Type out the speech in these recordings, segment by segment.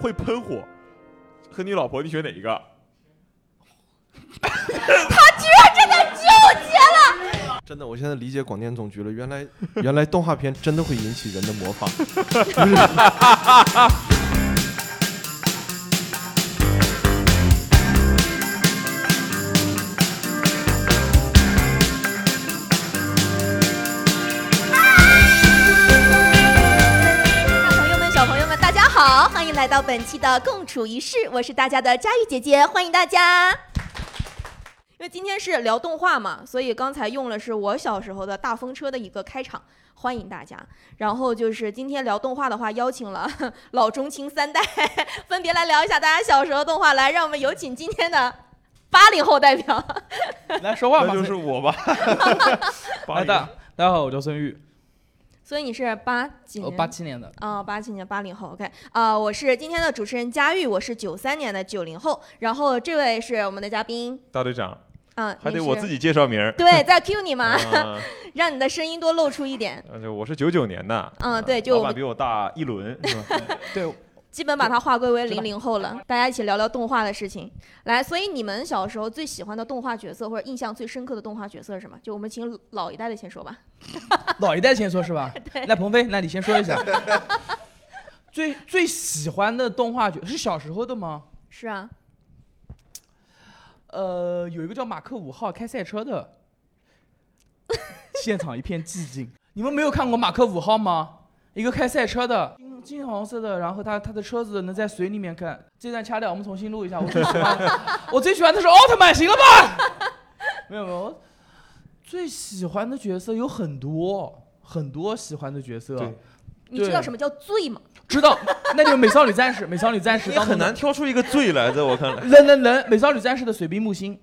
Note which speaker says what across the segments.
Speaker 1: 会喷火，和你老婆你选哪一个？
Speaker 2: 真的，我现在理解广电总局了，原来 原来动画片真的会引起人的模仿。就是
Speaker 3: 大朋友们、小朋友们，大家好，欢迎来到本期的共处一室，我是大家的佳玉姐姐，欢迎大家。因为今天是聊动画嘛，所以刚才用了是我小时候的大风车的一个开场，欢迎大家。然后就是今天聊动画的话，邀请了老中青三代， 分别来聊一下大家小时候动画。来，让我们有请今天的八零后代表。
Speaker 4: 来说话吧，
Speaker 1: 那就是 我吧。
Speaker 2: 哎
Speaker 4: 来大大家好，我叫孙玉，
Speaker 3: 所以你是八几
Speaker 4: 我
Speaker 3: 年？
Speaker 4: 哦八七年的，
Speaker 3: 啊，八七年八零后，OK，啊、我是今天的主持人佳玉，我是九三年的九零后，然后这位是我们的嘉宾，
Speaker 1: 大队长，
Speaker 3: 啊、
Speaker 1: 还得
Speaker 3: 您
Speaker 1: 我
Speaker 3: 是
Speaker 1: 自己介绍 名儿。
Speaker 3: 对，再 Q 你嘛，
Speaker 1: 啊，
Speaker 3: 让你的声音多露出一点，
Speaker 1: 那啊就我是九九年的。
Speaker 3: 嗯对
Speaker 1: 啊
Speaker 3: 就
Speaker 1: 老板比我大一轮，是吧？
Speaker 4: 对，
Speaker 3: 基本把它划归为
Speaker 4: 知
Speaker 3: 零
Speaker 4: 道
Speaker 3: 零后了。大家一起聊聊动画的事情，来，所以你们小时候最喜欢的动画角色或者印象最深刻的动画角色是什么？就我们请老一代的先说吧。
Speaker 4: 老一代先说是吧？那鹏飞，那你先说一下， 最最喜欢的动画角是小时候的吗？
Speaker 3: 是啊，
Speaker 4: 呃，有一个叫马克五号开赛车的，现场一片寂静。 你们没有看过马克五号吗？一个开赛车的，金金黄色的，然后他他的车子能在水里面看。这段掐掉，我们重新录一下。我最喜欢， 我最喜欢的是奥特曼，行了吧？ 没有没有，我最喜欢的角色有很多很多喜欢的角色
Speaker 2: 对，
Speaker 3: 你知
Speaker 4: 对
Speaker 3: 道什么叫最吗？
Speaker 4: 知道？那就美少女战士，美少女战士
Speaker 2: 你
Speaker 4: 当中
Speaker 2: 很
Speaker 4: 的
Speaker 2: 难挑出一个最来，在我 看来。
Speaker 4: 能能能，美少女战士的水兵木星，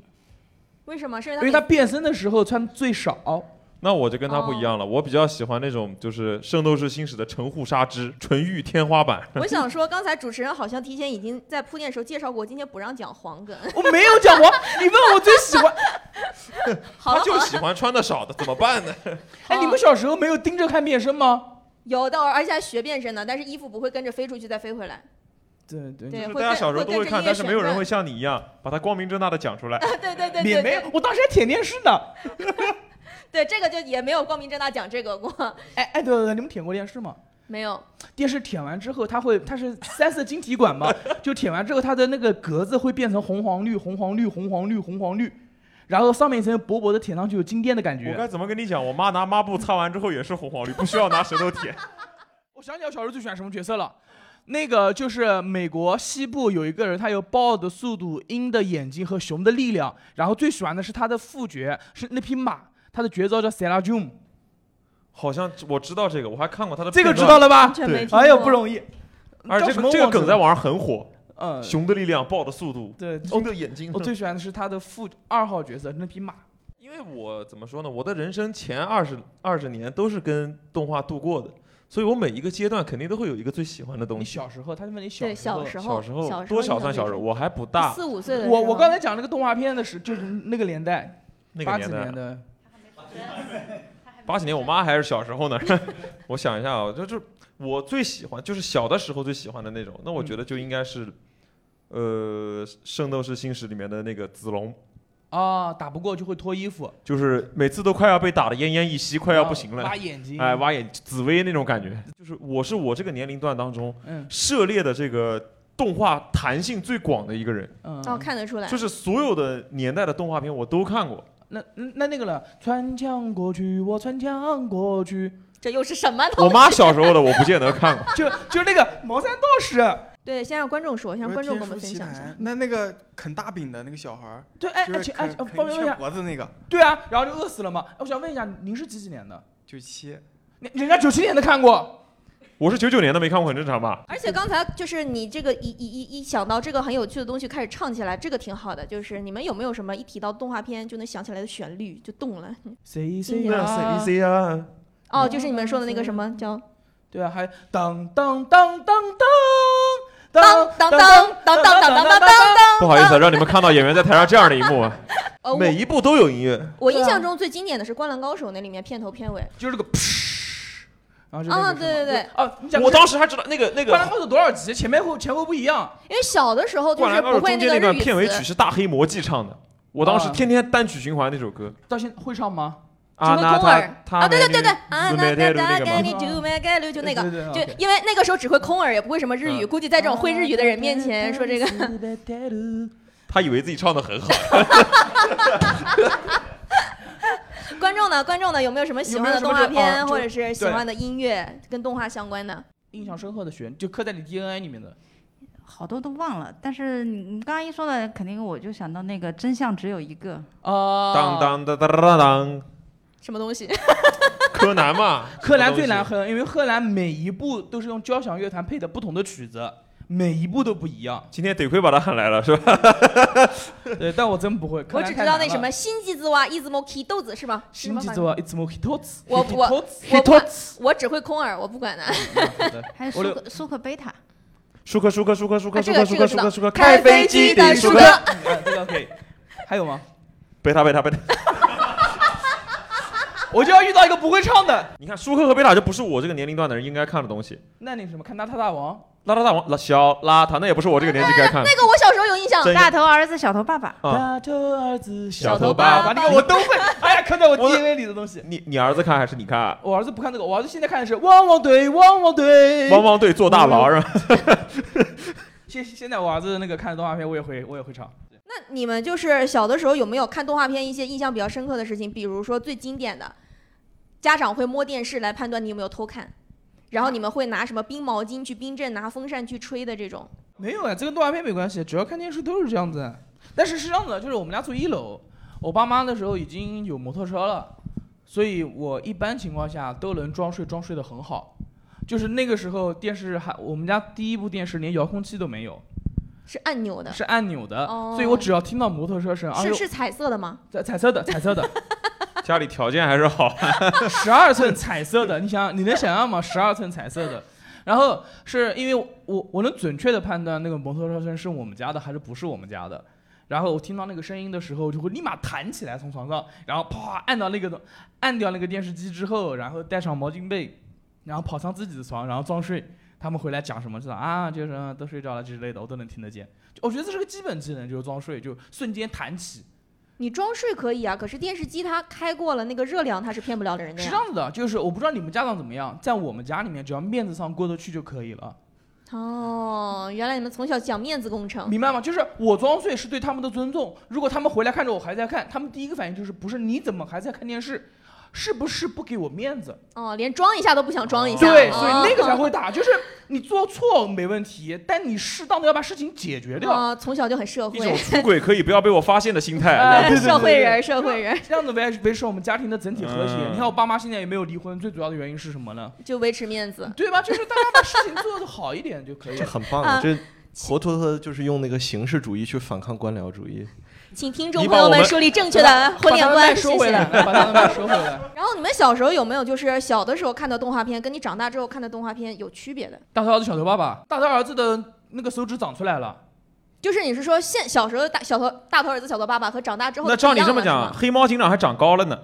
Speaker 3: 为什么？是因
Speaker 4: 因为
Speaker 3: 为
Speaker 4: 他
Speaker 3: 他
Speaker 4: 变身的时候穿最少。
Speaker 1: 那我就跟他不一样了，我比较喜欢那种就是《圣斗士星矢》的城户纱织，纯欲天花板。
Speaker 3: 我想说，刚才主持人好像提前已经在铺垫的时候介绍过，今天不让讲黄梗。
Speaker 4: 我没有讲黄，你问我最喜欢。
Speaker 3: 好了好
Speaker 1: 他就
Speaker 3: 了，
Speaker 1: 喜欢穿的少的，怎么办呢？
Speaker 4: 哎，你们小时候没有盯着看变身吗？
Speaker 3: 有的，而且还学变身呢，但是衣服不会跟着飞出去再飞回来。
Speaker 4: 对对
Speaker 3: 对
Speaker 1: 就是
Speaker 3: 会
Speaker 1: 大家
Speaker 3: 跟
Speaker 1: 小时候都
Speaker 3: 会
Speaker 1: 会
Speaker 3: 跟着
Speaker 1: 看，
Speaker 3: 音乐
Speaker 1: 但是没有
Speaker 3: 旋
Speaker 1: 人
Speaker 3: 转
Speaker 1: 会像你一样把它光明正大的讲出 来。
Speaker 3: 对对对
Speaker 4: 也
Speaker 3: 对
Speaker 4: 没
Speaker 3: 对
Speaker 4: 有，我当时还舔电视呢。
Speaker 3: 对，这个就也没有光明正大讲这个过，
Speaker 4: 哎哎，对对对，你们舔过电视吗？
Speaker 3: 没有。
Speaker 4: 电视舔完之后，它会，它是三色晶体 管嘛，就舔完之后，它的那个格子会变成红黄绿、红黄绿、红黄绿、红黄绿，然后上面一层薄薄的，舔上去有静电的感
Speaker 1: 我
Speaker 4: 觉。
Speaker 1: 该怎么跟你讲？我妈拿抹布擦完之后也是红黄绿，不需要拿舌头舔。
Speaker 4: 我想起来我小时候最喜欢什么角色了，那个就是美国西部有一个人，他有豹的速度、鹰的眼睛和熊的力量，然后最喜欢的是他的副角是那匹马，他的绝招叫 Sarah June，
Speaker 1: 好像我知道这个，我还看过他的
Speaker 4: 这个
Speaker 1: 片
Speaker 4: 知
Speaker 1: 段
Speaker 4: 道，了吧？
Speaker 3: 全
Speaker 1: 对
Speaker 3: 没听
Speaker 4: 哎呀，
Speaker 3: 过
Speaker 4: 不容易。
Speaker 1: 而
Speaker 4: 叫
Speaker 1: 这
Speaker 4: 什么
Speaker 1: 个这个
Speaker 4: 忘记
Speaker 1: 梗在
Speaker 4: 了，
Speaker 1: 网上很火，
Speaker 4: 嗯，
Speaker 1: 熊的力量，豹的速度，
Speaker 4: 对，
Speaker 1: 鹰
Speaker 4: 我
Speaker 1: 的呃哦眼睛
Speaker 4: 我。最喜欢的是他的副二号角色那匹马。
Speaker 1: 因为我怎么说呢？我的人生前二十二十年都是跟动画度过的，所以我每一个阶段肯定都会有一个最喜欢的东
Speaker 4: 你
Speaker 1: 西。
Speaker 4: 小时候，他问你
Speaker 3: 对，
Speaker 4: 时候
Speaker 3: 小。时候，
Speaker 1: 小时候
Speaker 3: 小
Speaker 1: 多小
Speaker 3: 印象
Speaker 1: 算小
Speaker 3: 最
Speaker 1: 时候，
Speaker 3: 深
Speaker 1: 我还不大，
Speaker 3: 四五岁的时候。
Speaker 4: 我我刚才讲那个动画片的时，就是那个年代，
Speaker 1: 那个
Speaker 4: 八几
Speaker 1: 年代
Speaker 4: 年，的，
Speaker 1: 八几年，我妈还是小时候呢。 我想一下啊，就是我最喜欢，就是小的时候最喜欢的那种。那我觉得就应该是，呃，《圣斗士星矢》里面的那个子龙，
Speaker 4: 啊，打不过就会脱衣服，
Speaker 1: 就是每次都快要被打得奄奄一息，快要不行
Speaker 4: 啊
Speaker 1: 了
Speaker 4: 挖，眼睛，
Speaker 1: 哎，挖眼紫薇那种感觉。就是我是我这个年龄段当中
Speaker 4: 嗯
Speaker 1: 涉猎的这个动画弹性最广的一个人，
Speaker 4: 嗯，
Speaker 3: 哦看得出来
Speaker 1: 就，是所有的年代的动画片我都看过。
Speaker 4: 那嗯那那个了，穿墙过去，我穿墙过去，
Speaker 3: 这又是什么东
Speaker 1: 我
Speaker 3: 西？
Speaker 1: 妈小时候的我不见得看过。
Speaker 4: 就就那个茅山道士，
Speaker 3: 对，先让观众说，先让观众跟我们分享一下。
Speaker 5: 那那个啃大饼的那个小孩儿，
Speaker 4: 对，哎
Speaker 5: 就
Speaker 4: 哎
Speaker 5: 是
Speaker 4: 请哎
Speaker 5: 啃，
Speaker 3: 哦
Speaker 4: 呃
Speaker 5: 啃
Speaker 4: 抱
Speaker 5: 一
Speaker 4: 歉问
Speaker 5: 圈
Speaker 4: 一下，
Speaker 5: 脖子那个，
Speaker 4: 对啊，然后就饿死了嘛。哎我想问一下，您是几几年的？
Speaker 5: 就切。
Speaker 4: 你人家九七年的看过，
Speaker 1: 我是九九年的，没看过很正常吧？
Speaker 3: 而且刚才就是你这个一一一一想到这个很有趣的东西，开始唱起来，这个挺好的。就是你们有没有什么一提到动画片就能想起来的旋律就动了？
Speaker 4: 谁
Speaker 3: 谁
Speaker 4: 谁
Speaker 3: 呀
Speaker 4: 呀？
Speaker 1: 谁啊？
Speaker 3: 哦，就是你们说的那个什么
Speaker 1: 嗯
Speaker 3: 叫
Speaker 4: 对啊，还当当当当当
Speaker 3: 当当当当当当当当当当。
Speaker 1: 不好意思，让你们看到演员在台上这样的一幕，
Speaker 3: 呃，我
Speaker 1: 每一部都有音乐。
Speaker 3: 我印象中最经典的是《灌篮高手》那里面片头片尾。
Speaker 4: 就是那个，然后就那
Speaker 3: 啊
Speaker 4: 个
Speaker 3: 对
Speaker 4: 什
Speaker 3: 对
Speaker 4: 么
Speaker 3: 对，
Speaker 4: 哦，你讲
Speaker 1: 我当时还知道那个那
Speaker 4: 《灌篮
Speaker 1: 个
Speaker 4: 高手》多少集？前面后前后不一样。
Speaker 3: 因为小的时候
Speaker 1: 《
Speaker 3: 就
Speaker 1: 灌
Speaker 3: 是
Speaker 1: 篮高手
Speaker 3: 不》会
Speaker 1: 中间那
Speaker 3: 个
Speaker 1: 段
Speaker 3: 日语
Speaker 1: 片尾
Speaker 3: 词
Speaker 1: 曲是大黑摩季唱的，我当时
Speaker 4: 啊
Speaker 1: 天天单曲循环那首歌。
Speaker 4: 到现会唱吗？
Speaker 1: 啊，
Speaker 3: 中
Speaker 1: 那
Speaker 3: 国空耳
Speaker 1: 他他
Speaker 3: 啊，对对对对，啊，那
Speaker 1: 那
Speaker 3: 那
Speaker 1: 那
Speaker 3: 那
Speaker 1: 个
Speaker 3: 该
Speaker 1: 嘛，
Speaker 3: 你就没该就那个，
Speaker 4: 对对对
Speaker 3: 就
Speaker 4: OK
Speaker 3: 因为那个时候只会空耳，也不会什么日语，估计在这种会日语的人
Speaker 4: 哦
Speaker 3: 面前说 这个，
Speaker 1: 他以为自己唱的很好。
Speaker 3: 观众呢，观众呢有没有什么喜
Speaker 4: 有没
Speaker 3: 欢
Speaker 4: 有
Speaker 3: 的
Speaker 4: 什
Speaker 3: 动画
Speaker 4: 么这
Speaker 3: 片
Speaker 4: 啊
Speaker 3: 或
Speaker 4: 这
Speaker 3: 者是喜
Speaker 4: 对
Speaker 3: 欢的音乐跟动画相关的？
Speaker 4: 印象深刻的旋就刻在你 DNA 里面的。
Speaker 6: 好多都忘了，但是你你刚刚一说的，肯定我就想到那个真相只有一个，
Speaker 4: 啊，
Speaker 1: 当当当当当当，
Speaker 3: 什么东西？
Speaker 1: 柯南嘛，。
Speaker 4: 柯南最难哼，因为柯南每一部都是用交响乐团配的不同的曲子，每一部都不一样
Speaker 1: 今天得亏把他喊来了，是吧？
Speaker 4: 对，但我真不会。
Speaker 3: 我只知道那什么新季之蛙一直 m o k 豆子是吗？是
Speaker 4: 新
Speaker 3: 吗
Speaker 4: 季之王 It's more hitots，
Speaker 3: 我我我不
Speaker 4: hitots，
Speaker 3: 我只会空耳，我不管的。
Speaker 6: 还有舒
Speaker 4: 我留
Speaker 6: 克舒克贝塔，
Speaker 1: 舒克舒克舒克舒克
Speaker 3: 啊
Speaker 1: 舒
Speaker 3: 这
Speaker 1: 克
Speaker 3: 个
Speaker 1: 舒
Speaker 3: 这
Speaker 1: 克
Speaker 3: 个
Speaker 1: 舒
Speaker 3: 知
Speaker 1: 克
Speaker 3: 道
Speaker 1: 舒克，
Speaker 3: 开飞机的舒克，
Speaker 4: 啊这个可以。还有吗？
Speaker 1: 贝塔贝塔贝塔。
Speaker 4: 我就要遇到一个不会唱的。
Speaker 1: 你看舒克和贝塔就不是我这个年龄段的人应该看的东西。
Speaker 4: 那那什么，看他他大王，
Speaker 1: 邋遢大王、邋小邋遢，那也不是我这个年纪该看的。
Speaker 3: 那个我小时候有印象，
Speaker 1: 真
Speaker 6: 哦大头儿子小头爸爸，
Speaker 1: 啊
Speaker 4: 大头儿子
Speaker 1: 小头
Speaker 3: 爸
Speaker 4: 爸，那个我都会。哎呀，刻在我 DNA 里的东西。
Speaker 1: 你你儿子看还是你看啊？
Speaker 4: 我儿子不看这个，我儿子现在看的是《汪汪队》，汪汪队。
Speaker 1: 汪汪队做大佬是吧？
Speaker 4: 现现在我儿子那个看的动画片，我也会，我也会唱。
Speaker 3: 那你们就是小的时候有没有看动画片一些印象比较深刻的事情？比如说最经典的，家长会摸电视来判断你有没有偷看，然后你们会拿什么冰毛巾去冰镇，拿风扇去吹的这种。
Speaker 4: 没有啊，这跟动画片没关系，只要看电视都是这样子。但是是这样子的，就是我们家住一楼，我爸妈那时候已经有摩托车了，所以我一般情况下都能装睡，装睡得很好。就是那个时候电视还，我们家第一部电视连遥控器都没有，
Speaker 3: 是按钮的，
Speaker 4: 是按钮的，
Speaker 3: 哦
Speaker 4: 所以我只要听到摩托车声，而
Speaker 3: 是
Speaker 4: 且
Speaker 3: 是彩色的吗？
Speaker 4: 彩彩色的，彩色的，
Speaker 1: 家里条件还 是好，
Speaker 4: 十二寸彩色的，你想你能想象吗？十二寸彩色的，然后是因为我我能准确的判断那个摩托车声是我们家的还是不是我们家的，然后我听到那个声音的时候就会立马弹起来从床上，然后啪按到那个按掉那个电视机之后，然后带上毛巾被，然后跑上自己的床，然后装睡。他们回来讲什么？知道啊，就是啊都睡着了之类的，我都能听得见。就我觉得这是个基本技能，就是装睡，就瞬间弹起。
Speaker 3: 你装睡可以啊，可是电视机它开过了那个热量，它是骗不了人的
Speaker 4: 是这
Speaker 3: 呀。
Speaker 4: 样子的，就是我不知道你们家长怎么样，在我们家里面，只要面子上过得去就可以了，
Speaker 3: 哦，原来你们从小讲面子工程。
Speaker 4: 明白吗？就是我装睡是对他们的尊重。如果他们回来看着我还在看，他们第一个反应就是不是你怎么还在看电视，是不是不给我面子？
Speaker 3: 哦，连装一下都不想装一下。
Speaker 4: 对，
Speaker 3: 哦
Speaker 4: 所以那个才会打，就是你做错没问题，但你适当的要把事情解决掉。
Speaker 3: 哦，从小就很社
Speaker 1: 一 种
Speaker 3: 会，
Speaker 1: 出轨可以不要被我发现的心态。
Speaker 4: 哎对对
Speaker 3: 呃
Speaker 4: 对
Speaker 3: 社会
Speaker 4: 对
Speaker 3: 人，社会人
Speaker 4: 这样子维维持我们家庭的整体和谐。
Speaker 1: 嗯
Speaker 4: 你看我爸妈现在也没有离婚，最主要的原因是什么呢？
Speaker 3: 就维持面子。
Speaker 4: 对吧？就是大家把事情做得好一点就可以
Speaker 2: 这
Speaker 4: 了。
Speaker 2: 很棒
Speaker 3: 啊
Speaker 2: 啊，这活脱脱的就是用那个形式主义去反抗官僚主义。
Speaker 3: 请听众
Speaker 1: 你
Speaker 3: 朋
Speaker 1: 把
Speaker 3: 友
Speaker 1: 我
Speaker 3: 们
Speaker 1: 们
Speaker 3: 树立正确的婚恋
Speaker 4: 把他们
Speaker 3: 观，
Speaker 4: 再
Speaker 3: 谢
Speaker 4: 收回
Speaker 3: 谢
Speaker 4: 来，。把他们再收回来。
Speaker 3: 然后你们小时候有没有就是小的时候看的动画片，跟你长大之后看的动画片有区别的？
Speaker 4: 大头儿子小头爸爸，大头儿子的那个手指长出来了，
Speaker 3: 就是你是说现小时候的大小头大头儿子小头爸爸和长大之后
Speaker 1: 那
Speaker 3: 的不
Speaker 1: 照
Speaker 3: 一
Speaker 1: 你
Speaker 3: 样
Speaker 1: 这
Speaker 3: 了
Speaker 1: 么
Speaker 3: 是
Speaker 1: 讲，啊
Speaker 3: 吗
Speaker 1: 黑猫警长还长高了呢。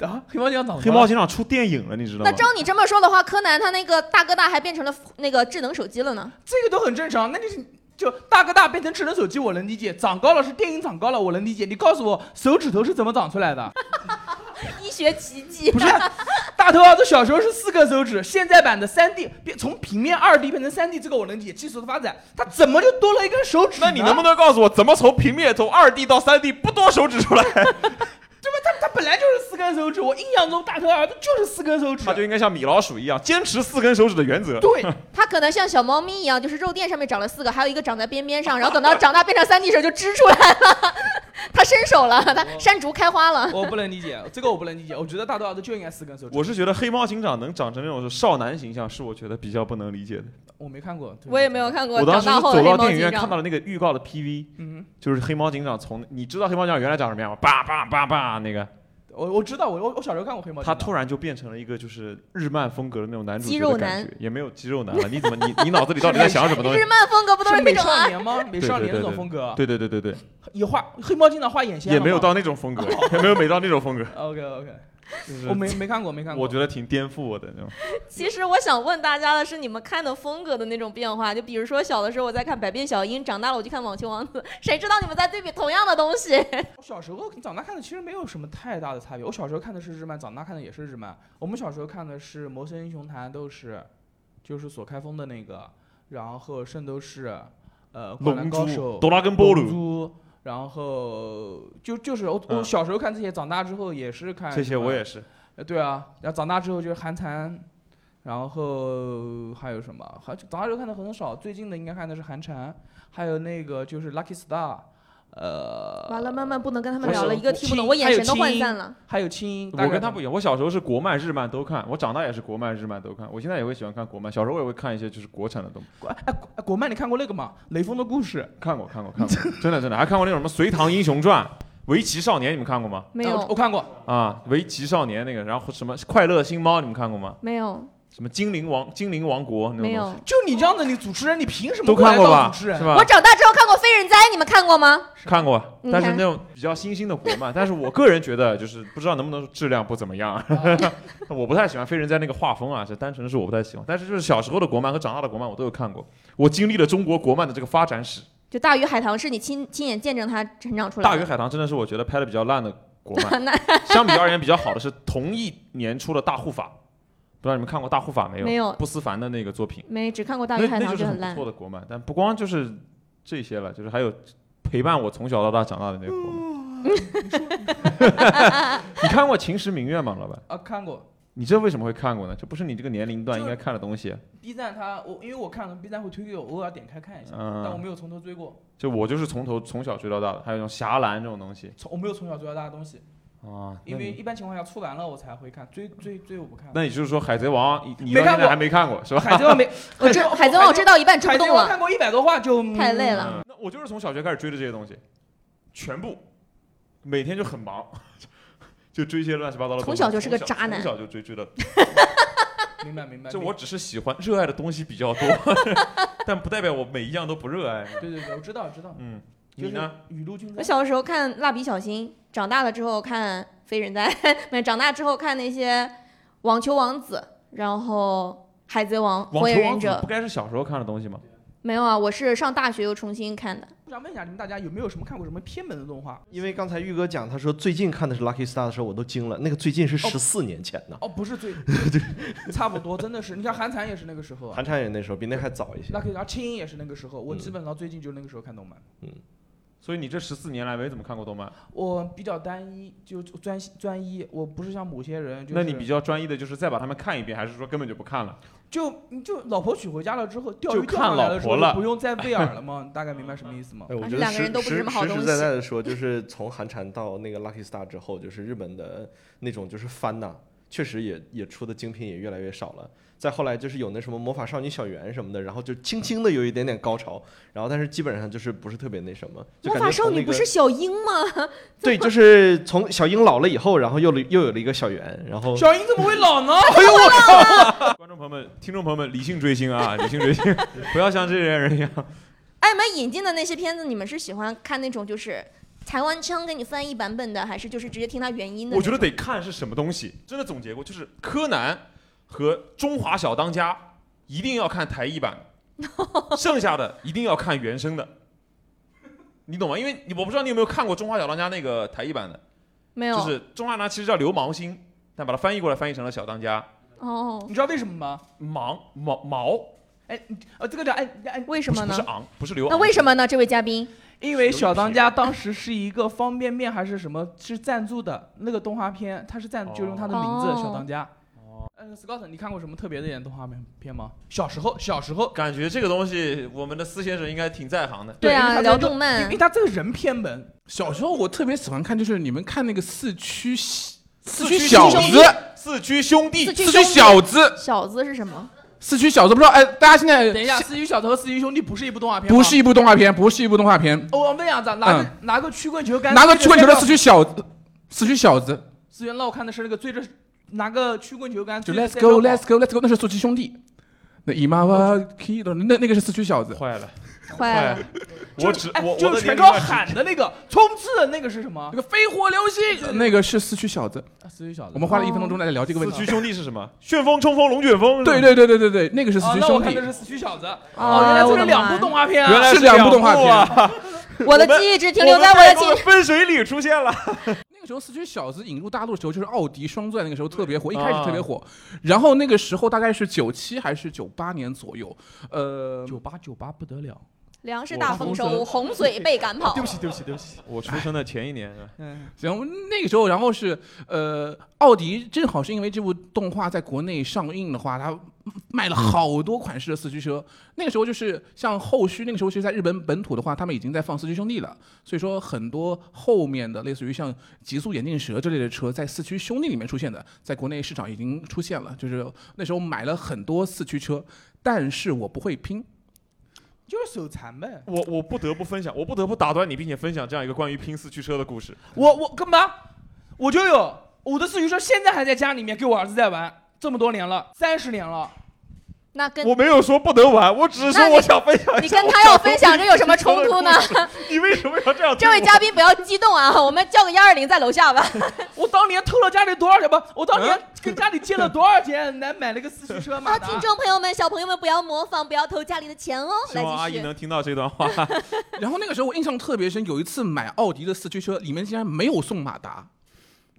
Speaker 4: 啊，黑猫警长
Speaker 2: 哦
Speaker 4: 长
Speaker 1: 黑
Speaker 4: 出来
Speaker 1: 猫
Speaker 4: 了
Speaker 1: 警长出电影了，你知道吗
Speaker 3: 那？照你这么说的话，柯南他那个大哥大还变成了那个智能手机了呢。
Speaker 4: 这个都很正常，那就是。就大哥大变成智能手机，我能理解；长高了是电影长高了，我能理解。你告诉我，手指头是怎么长出来 的？
Speaker 3: 医学奇迹
Speaker 4: 不，是，大头儿子小时候是四根手指，现在版的三 D 变从平面二 D 变成三 D，这个我能理解，技术的发展。他怎么就多了一根手指呢？
Speaker 1: 那你能不能告诉我，怎么从平面从二 D 到三 D 不多手指出来？
Speaker 4: 他他本来就是四根手指，我印象中大头儿子就是四根手指。
Speaker 1: 他就应该像米老鼠一样，坚持四根手指的原则。
Speaker 4: 对，
Speaker 3: 他可能像小猫咪一样，就是肉垫上面长了四个，还有一个长在边边上，然后等到长大变成三 D 时候就支出来了， 他伸手了，
Speaker 1: 哦
Speaker 3: 他山竹开花了。
Speaker 4: 我不能理解，这个我不能理解。我觉得大头儿子就应该四根手指。
Speaker 1: 我是觉得黑猫警长能长成那种少男形象，是我觉得比较不能理解的。
Speaker 4: 我没看过，对
Speaker 3: 我也没有。看过
Speaker 1: 我
Speaker 3: 长
Speaker 1: 当时
Speaker 3: 大
Speaker 1: 是
Speaker 3: 后的
Speaker 1: 走
Speaker 3: 黑
Speaker 1: 到
Speaker 3: 猫
Speaker 1: 电影
Speaker 3: 警
Speaker 1: 院看到
Speaker 3: 长。
Speaker 1: 了那个预告的 PV，
Speaker 4: 嗯，
Speaker 1: 就是黑猫警长从你知道黑猫警长原来长什么样吗？叭叭叭叭那个，
Speaker 4: 我我知道，我我我小时候看过黑猫警
Speaker 1: 他
Speaker 4: 长。
Speaker 1: 突然就变成了一个就是日漫风格的那种男主
Speaker 3: 肌
Speaker 1: 角
Speaker 3: 肉
Speaker 1: 的感
Speaker 3: 男
Speaker 1: 觉，也没有肌肉男了。你怎么你你脑子里到底在想什么东西
Speaker 3: 日？漫风格不都
Speaker 4: 是
Speaker 3: 是那
Speaker 4: 美
Speaker 3: 种
Speaker 4: 少
Speaker 3: 啊？
Speaker 4: 年吗？美少年那种风格，
Speaker 1: 对对对对对，
Speaker 4: 也画黑猫警长画眼线了
Speaker 1: 也
Speaker 4: 吗哦
Speaker 1: 没有。到那种风格，也没有美到那种风格。
Speaker 4: OK OK，
Speaker 7: 就是
Speaker 4: 我没没看过，没看过。
Speaker 7: 我觉得挺颠覆我的那种。
Speaker 3: 其实我想问大家的是，你们看的风格的那种变化，就比如说小的时候我在看《百变小樱》，长大了我就看《网球王子》，谁知道你们在对比同样的东西？
Speaker 4: 我小时候跟长大看的其实没有什么太大的差别。我小时候看的是日漫，长大看的也是日漫。我们小时候看的是《魔神英雄坛》，斗士，就是索开封的那个，然后《圣斗士》，呃，《灌篮
Speaker 7: 龙
Speaker 4: 高
Speaker 7: 珠
Speaker 4: 手》
Speaker 7: 哆啦跟波
Speaker 4: 龙
Speaker 7: 鲁
Speaker 4: 珠，然后就就是我、我
Speaker 7: 嗯
Speaker 4: 小时候看这些，长大之后也是看
Speaker 7: 这些
Speaker 4: 什么
Speaker 7: 我也是，
Speaker 4: 呃，对啊，然后长大之后就是韩蝉，然后还有什么？还长大之后看的很少，最近的应该看的是韩蝉，还有那个就是 Lucky Star，呃，
Speaker 3: 完了，慢慢不能跟他
Speaker 4: 们聊了一个听不懂我眼神都涣散了。还有青，
Speaker 1: 我跟他不一样，我小时候是国漫、日漫都看，我长大也是国漫、日漫都看，我现在也会喜欢看国漫。小时候我也会看一些就是国产的东西，
Speaker 4: 哎国漫你看过那个吗？雷锋的故事
Speaker 1: 看过、看过、 看过，真的真的，还看过那种什么《隋唐英雄传》《围棋少年》，你们看过吗？
Speaker 3: 没
Speaker 4: 啊我
Speaker 3: 有，
Speaker 4: 我看过，
Speaker 1: 啊，《围棋少年》那个，然后什么《快乐星猫》，你们看过吗？
Speaker 3: 没有，
Speaker 1: 什么《精灵王》《精灵王国》那
Speaker 3: 没
Speaker 1: 种
Speaker 3: 有
Speaker 1: 东西。。
Speaker 4: 就你这样的你主持人，你凭什么
Speaker 1: 都看过
Speaker 4: 过来当
Speaker 1: 吧？
Speaker 4: 主持
Speaker 1: 是
Speaker 4: 人？
Speaker 1: 吧
Speaker 3: 我？长大之后看过《非人哉》，你们看过吗？
Speaker 1: 看过，
Speaker 3: 你
Speaker 1: 但是
Speaker 3: 看
Speaker 1: 那种比较新兴的国漫， 但是我个人觉得就是不知道能不能质量不怎么样， 我不太喜欢飞人在那个画风啊，这单纯是我不太喜欢。但是就是小时候的国漫和长大的国漫我都有看过，我经历了中国国漫的这个发展史，《
Speaker 3: 就《大鱼海棠》是你亲亲眼见证它成长出来
Speaker 1: 大
Speaker 3: 的。
Speaker 1: 鱼海棠》真的是我觉得拍的比较烂的国 漫， 相比而言比较好的是同一年出的《大护法》，不知道你们看过《大护法》没有？
Speaker 3: 没有
Speaker 1: 不思凡的那个作品，
Speaker 3: 没，只看过《大
Speaker 1: 那
Speaker 3: 鱼海
Speaker 1: 那
Speaker 3: 棠
Speaker 1: 就》是
Speaker 3: 很
Speaker 1: 很不
Speaker 3: 烂
Speaker 1: 错。的国漫，但不光就是这些了，就是还有陪伴我从小到大长大的那个国 漫。你看过《秦时明月》吗，老板？
Speaker 4: 啊，看过。
Speaker 1: 你这为什么会看过呢？这不是你这个年龄段应该看的东西。啊
Speaker 4: B 站它我因为我看了 B 站会推给我，偶尔点开看一下，但我
Speaker 1: 嗯，
Speaker 4: 没有从头追过，
Speaker 1: 就我就是从头从小追到大的，还有那种侠岚这种东西
Speaker 4: 从我没有从小追到大的东西，
Speaker 1: 啊。那
Speaker 4: 因为
Speaker 1: 你
Speaker 4: 一般情况下出完了我才会看，追追追我不看。
Speaker 1: 那也就是说，《海贼王》你你
Speaker 4: 没
Speaker 1: 到
Speaker 4: 看
Speaker 1: 现
Speaker 4: 过
Speaker 1: 在还没看过是吧？
Speaker 4: 海 贼王没，
Speaker 3: 我这《海贼王》我追到一半追
Speaker 4: 海
Speaker 3: 不
Speaker 4: 贼
Speaker 3: 动
Speaker 4: 王
Speaker 3: 了，
Speaker 4: 看过一百多话就
Speaker 3: 太累了。
Speaker 1: 嗯，那我就是从小学开始追的这些东西，全部，每天就很忙， 就追一些乱七八糟的东西。
Speaker 3: 从小就是个渣男
Speaker 1: 从小就追追到
Speaker 4: 明白明白。
Speaker 1: 这
Speaker 4: 明
Speaker 1: 我只是喜欢热爱的东西比较多， 但不代表我每一样都不热爱。
Speaker 4: 对对对，我知道知道。
Speaker 1: 嗯，
Speaker 4: 就
Speaker 1: 你
Speaker 4: 是
Speaker 1: 呢？
Speaker 4: 雨露均
Speaker 3: 我
Speaker 4: 沾。
Speaker 3: 小的时候看《蜡笔小新》，长大了之后看《非人哉》， 没长大之后看那些《网球王子》，然后《海贼王》《火
Speaker 1: 网
Speaker 3: 影
Speaker 1: 球
Speaker 3: 忍
Speaker 1: 王
Speaker 3: 者
Speaker 1: 子不》。该是小时候看的东西吗？
Speaker 3: 没有啊，我是上大学又重新看的。
Speaker 4: 我想问一下你们大家有没有什么看过什么偏门的动画？
Speaker 2: 因为刚才玉哥讲，他说最近看的是 Lucky Star 的时候，我都惊了，那个最近是
Speaker 4: 哦
Speaker 2: 十四年前呢，
Speaker 4: 哦，不是 最，差不多，真的是。你像韩寒也是那个时候啊，
Speaker 2: 韩产也那时候比那还早一些
Speaker 4: 那。可以，然后青音也是那个时候。我
Speaker 2: 嗯
Speaker 4: 基本上最近就是那个时候看动漫，
Speaker 1: 所以你这十四年来没怎么看过动漫，
Speaker 4: 我比较单一，就专专一。我不是像某些人，就是
Speaker 1: 那你比较专一的就是再把它们看一遍，还是说根本就不看了？
Speaker 4: 就你就老婆娶回家了之后，钓
Speaker 1: 就
Speaker 4: 鱼钓
Speaker 1: 看
Speaker 4: 上来
Speaker 1: 老
Speaker 4: 的时
Speaker 1: 婆
Speaker 4: 候，
Speaker 1: 了
Speaker 4: 不用再 喂饵了吗？你大概明白什么意思吗？
Speaker 2: 哎，我
Speaker 3: 而且
Speaker 2: 觉得
Speaker 3: 两个
Speaker 2: 实
Speaker 3: 人都不是
Speaker 2: 实
Speaker 3: 什么好
Speaker 2: 实
Speaker 3: 东
Speaker 2: 实
Speaker 3: 西
Speaker 2: 在在的说，就是从寒蝉到那个 Lucky Star 之后，就是日本的那种就是番呐、确实也也出的精品也越来越少了。再后来就是有那什么魔法少女小圆什么的，然后就轻轻的有一点点高潮，然后但是基本上就是不是特别那什么。就
Speaker 3: 魔
Speaker 2: 感
Speaker 3: 法
Speaker 2: 觉
Speaker 3: 少
Speaker 2: 从
Speaker 3: 女
Speaker 2: 那
Speaker 3: 不
Speaker 2: 个
Speaker 3: 是小樱吗？
Speaker 2: 对，就是从小樱老了以后，然后又了又有了一个小圆，然后
Speaker 4: 小樱怎么会老 呢？
Speaker 1: 观众朋友们、听众朋友们，理性追星啊，理性追星， 不要像这些人一样。
Speaker 3: 哎，你们引进的那些片子，你们是喜欢看那种就是台湾腔给你翻译版本的，还是就是直接听它原音的那种？
Speaker 1: 我觉得得看是什么东西。真的总结过，就是柯南和中华小当家一定要看台译版，剩下的一定要看原声的。你懂吗？因为你我不知道你有没有看过《中华小当家》那个台译版的，
Speaker 3: 没有
Speaker 1: 就是《中华小当家》其实叫流氓星，但把它翻译过来翻译成了小当家。
Speaker 3: 哦，
Speaker 4: 你知道为什么吗？
Speaker 1: 忙毛毛
Speaker 4: 呃，这个叫哎哎，
Speaker 3: 为什
Speaker 1: 不
Speaker 3: 么
Speaker 1: 是不是啊
Speaker 3: 呢？
Speaker 1: 昂，不是刘昂。
Speaker 3: 那为什
Speaker 1: 么？
Speaker 3: 么呢？这位嘉宾，
Speaker 4: 因为小当家当时是一个方便面还是什么，是赞助的那个动画片，它是赞
Speaker 1: 哦
Speaker 4: 就用它的名字
Speaker 3: 哦
Speaker 4: 小当家。哦，嗯，Scott，你看过什么特别的演动画片片吗？小时候，小时候，
Speaker 1: 感觉这个东西，我们的司先生应该挺在行的。
Speaker 4: 对因为
Speaker 3: 啊，
Speaker 4: 他
Speaker 3: 聊
Speaker 4: 就
Speaker 3: 动
Speaker 4: 因
Speaker 3: 漫
Speaker 4: 为，他这个人偏门，
Speaker 8: 小时候我特别喜欢看，就是你们看那个四驱小四
Speaker 1: 驱
Speaker 8: 驱小
Speaker 1: 兄弟
Speaker 8: 子，
Speaker 1: 四驱兄弟
Speaker 3: 四，驱
Speaker 8: 四
Speaker 3: 兄
Speaker 8: 驱
Speaker 3: 弟
Speaker 8: 小子，
Speaker 3: 小子是什么？
Speaker 8: 四驱小子，不知道哎，大家现在
Speaker 4: 等一下，《四驱小子》和《四驱兄弟》不是一部动画片吗，
Speaker 8: 不是一部动画片，不是一部动画片，
Speaker 4: 哦。我问一下，咱拿个拿个曲棍球杆，
Speaker 8: 拿个曲棍球的四
Speaker 4: 四
Speaker 8: 驱小子，四驱小子，
Speaker 4: 四驱，那我看的是那个追着拿个曲棍球杆
Speaker 8: 就
Speaker 4: 追着
Speaker 8: Let's
Speaker 4: 赛车
Speaker 8: go
Speaker 4: 跑
Speaker 8: Let's go Let's go，那是四驱兄弟。那伊玛瓦 k i 那那个是四驱小子
Speaker 1: 坏了，
Speaker 3: 坏了，
Speaker 1: 我只
Speaker 4: 哎
Speaker 1: 我，我
Speaker 4: 就
Speaker 1: 的
Speaker 4: 是全
Speaker 1: 年龄
Speaker 4: 招
Speaker 1: 段只
Speaker 4: 喊的那个冲刺的那个是什么
Speaker 8: 那？个飞火流星，那个是四驱小子，
Speaker 4: 啊思雨小子。
Speaker 8: 我们花了一分钟钟在聊这个问
Speaker 1: 四
Speaker 8: 题
Speaker 1: 驱。兄弟是什么？旋风、冲锋、龙卷风。
Speaker 8: 对。对对对对对，那个是四
Speaker 4: 哦，
Speaker 8: 驱
Speaker 4: 那我
Speaker 8: 兄
Speaker 4: 看
Speaker 8: 弟
Speaker 4: 的，是四驱小子。
Speaker 3: 哦
Speaker 4: 原来这
Speaker 3: 我
Speaker 4: 是
Speaker 3: 的
Speaker 4: 两部
Speaker 3: 妈
Speaker 4: 动画片啊。
Speaker 1: 原来
Speaker 8: 是两部动画
Speaker 1: 啊！
Speaker 8: 片。
Speaker 3: 我的
Speaker 1: 我们
Speaker 3: 记忆只
Speaker 1: 我
Speaker 3: 停留
Speaker 1: 们
Speaker 3: 在我的
Speaker 1: 被
Speaker 3: 记忆。
Speaker 1: 分水岭出现了。
Speaker 8: 那个时候四驱小子引入大陆的时候，就是奥迪双钻那个时候特别火，一
Speaker 1: 对
Speaker 8: 开始特别
Speaker 4: 啊
Speaker 8: 火。然后那个时候大概是九七还是九八年左右，呃，
Speaker 4: 九八九八不得了。
Speaker 3: 粮食
Speaker 1: 我
Speaker 3: 大丰收，洪水被赶跑。
Speaker 4: 起，对不起，对不起。
Speaker 1: 我出生的前一年，
Speaker 4: 嗯，
Speaker 8: 行，那个时候，然后是呃，奥迪正好是因为这部动画在国内上映的话，它卖了好多款式的四驱车。那个时候就是像后续，那个时候其实在日本本土的话，他们已经在放四驱兄弟了，所以说很多后面的类似于像极速眼镜蛇这类的车，在四驱兄弟里面出现的，在国内市场已经出现了。就是那时候买了很多四驱车，但是我不会拼。
Speaker 4: 就是手残呗。
Speaker 1: 我我不得不分享，我不得不打断你，并且分享这样一个关于拼四驱车的故事。
Speaker 4: 我我干嘛？我就有我的四驱车，现在还在家里面给我儿子在玩，这么多年了，三十年了。
Speaker 3: 那跟
Speaker 1: 我没有说不能玩，我只是说我想分享一
Speaker 3: 你
Speaker 1: 下。
Speaker 3: 跟他要分享这有什么冲突呢？
Speaker 1: 你为什么要这样？
Speaker 3: 这位嘉宾不要激动啊，我们叫个幺二零在楼下吧。
Speaker 4: 我当年偷了家里多少钱吧？我当
Speaker 1: 嗯
Speaker 4: 年跟家里借了多少钱来买了个四驱车
Speaker 3: 好，
Speaker 4: 马达？
Speaker 3: 听众朋友们、小朋友们不要模仿，不要偷家里的钱哦。
Speaker 1: 希望
Speaker 3: 来
Speaker 1: 阿
Speaker 3: 继
Speaker 1: 姨
Speaker 3: 续。
Speaker 1: 能听到这 段话。
Speaker 8: 然后那个时候我印象特别深，有一次买奥迪的四驱车，里面竟然没有送马达，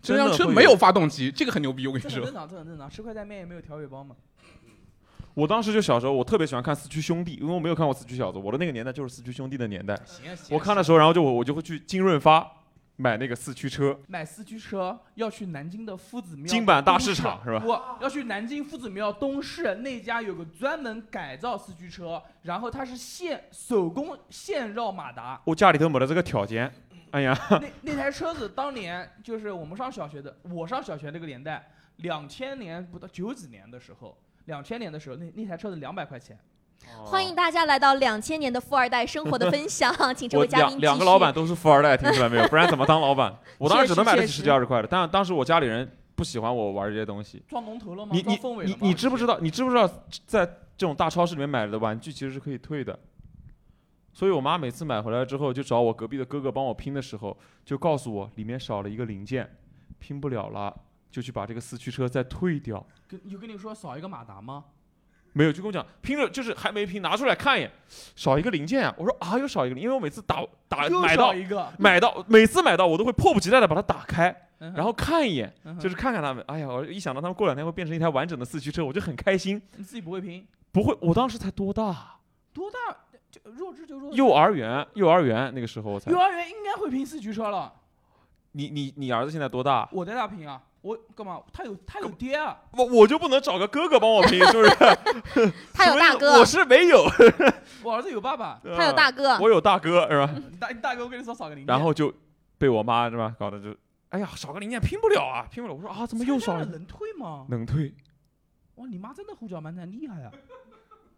Speaker 8: 这
Speaker 1: 真的
Speaker 8: 辆车
Speaker 1: 会有
Speaker 8: 没有发动机，这个很牛逼，我跟
Speaker 4: 这
Speaker 8: 你
Speaker 4: 很
Speaker 8: 说
Speaker 4: 正。常，这很正常。吃快餐面也没有调味包嘛。
Speaker 1: 我当时就小时候，我特别喜欢看《四驱兄弟》，因为我没有看过《四驱小子》，我的那个年代就是《四驱兄弟》的年代。
Speaker 4: 行啊，行啊
Speaker 1: 我看的时候，然后就我我就会去金润发买那个四驱车，
Speaker 4: 买四驱车要去南京的夫子庙
Speaker 1: 金板大市场
Speaker 4: 东市
Speaker 1: 是吧
Speaker 4: 不，要去南京夫子庙东市那家有个专门改造四驱车，然后它是线手工线绕马
Speaker 1: 。
Speaker 4: 达
Speaker 1: 我家里头没得这个条件。哎呀，
Speaker 4: 那那台车子当年就是我们上小学的，我上小学那个年代，两千年不到九几年的时候，两千年的时候那那台车子两百块钱。
Speaker 3: 哦欢迎大家来到两千年的富二代生活的 分享，请这
Speaker 1: 我
Speaker 3: 位嘉
Speaker 1: 两
Speaker 3: 宾
Speaker 1: 两个
Speaker 3: 继续
Speaker 1: 老板都是富二代，听出来没有？不然怎么当 老板？我当时只能买得起
Speaker 4: 确实
Speaker 1: 十几二十块的，但当时我家里人不喜欢我玩这些东西。
Speaker 4: 撞龙头了吗？
Speaker 1: 你
Speaker 4: 撞
Speaker 1: 你
Speaker 4: 凤尾了
Speaker 1: 你
Speaker 4: 吗
Speaker 1: 你知不知？道？你知不知道在这种大超市里面买的玩具其实是可以退的？所以我妈每次买回来之后，就找我隔壁的哥哥帮我拼的时候，就告诉我里面少了一个零件，拼不了了，就去把这个四驱车再退掉。
Speaker 4: 跟有跟你说少一个马达吗？
Speaker 1: 没有，就跟我讲拼了，就是还没拼，拿出来看一眼，少一个零件啊！我说啊，又少一个零，因为我每次打打
Speaker 4: 又
Speaker 1: 啊买
Speaker 4: 少
Speaker 1: 到
Speaker 4: 一个，
Speaker 1: 买到每次买到我都会迫不及待的把它打开，
Speaker 3: 嗯
Speaker 4: 然
Speaker 1: 然后看一眼，就是是看看他们。哎呀，我一想到他们过两天会变成一台完整的四驱车，我就很开心。
Speaker 4: 你自己不会拼，
Speaker 1: 不会，我当时才多大啊？
Speaker 4: 多大就弱智就
Speaker 3: 嗯
Speaker 4: 弱智。
Speaker 1: 幼儿园，幼儿园那个时候我才
Speaker 4: 幼。儿园应该会拼四驱车了，
Speaker 1: 你你你儿子现在多大？
Speaker 4: 我带他拼啊，我干嘛？他有他有爹啊，
Speaker 1: 我我就不能找个哥哥帮我拼，是不是？
Speaker 3: 他有大
Speaker 1: 我
Speaker 3: 哥，
Speaker 1: 是没有，
Speaker 4: 我儿子有爸爸。
Speaker 3: 他有大哥
Speaker 1: 呃，， 我有大哥是吧？
Speaker 4: 你大你大哥，我跟你说少个零件。
Speaker 1: 然后就被我妈是吧搞得就，哎呀，少个零件拼不了啊，拼不了。我说啊，怎么又少了？
Speaker 4: 能退吗？
Speaker 1: 能退，
Speaker 4: 哇，你妈真的胡搅蛮缠，厉害啊！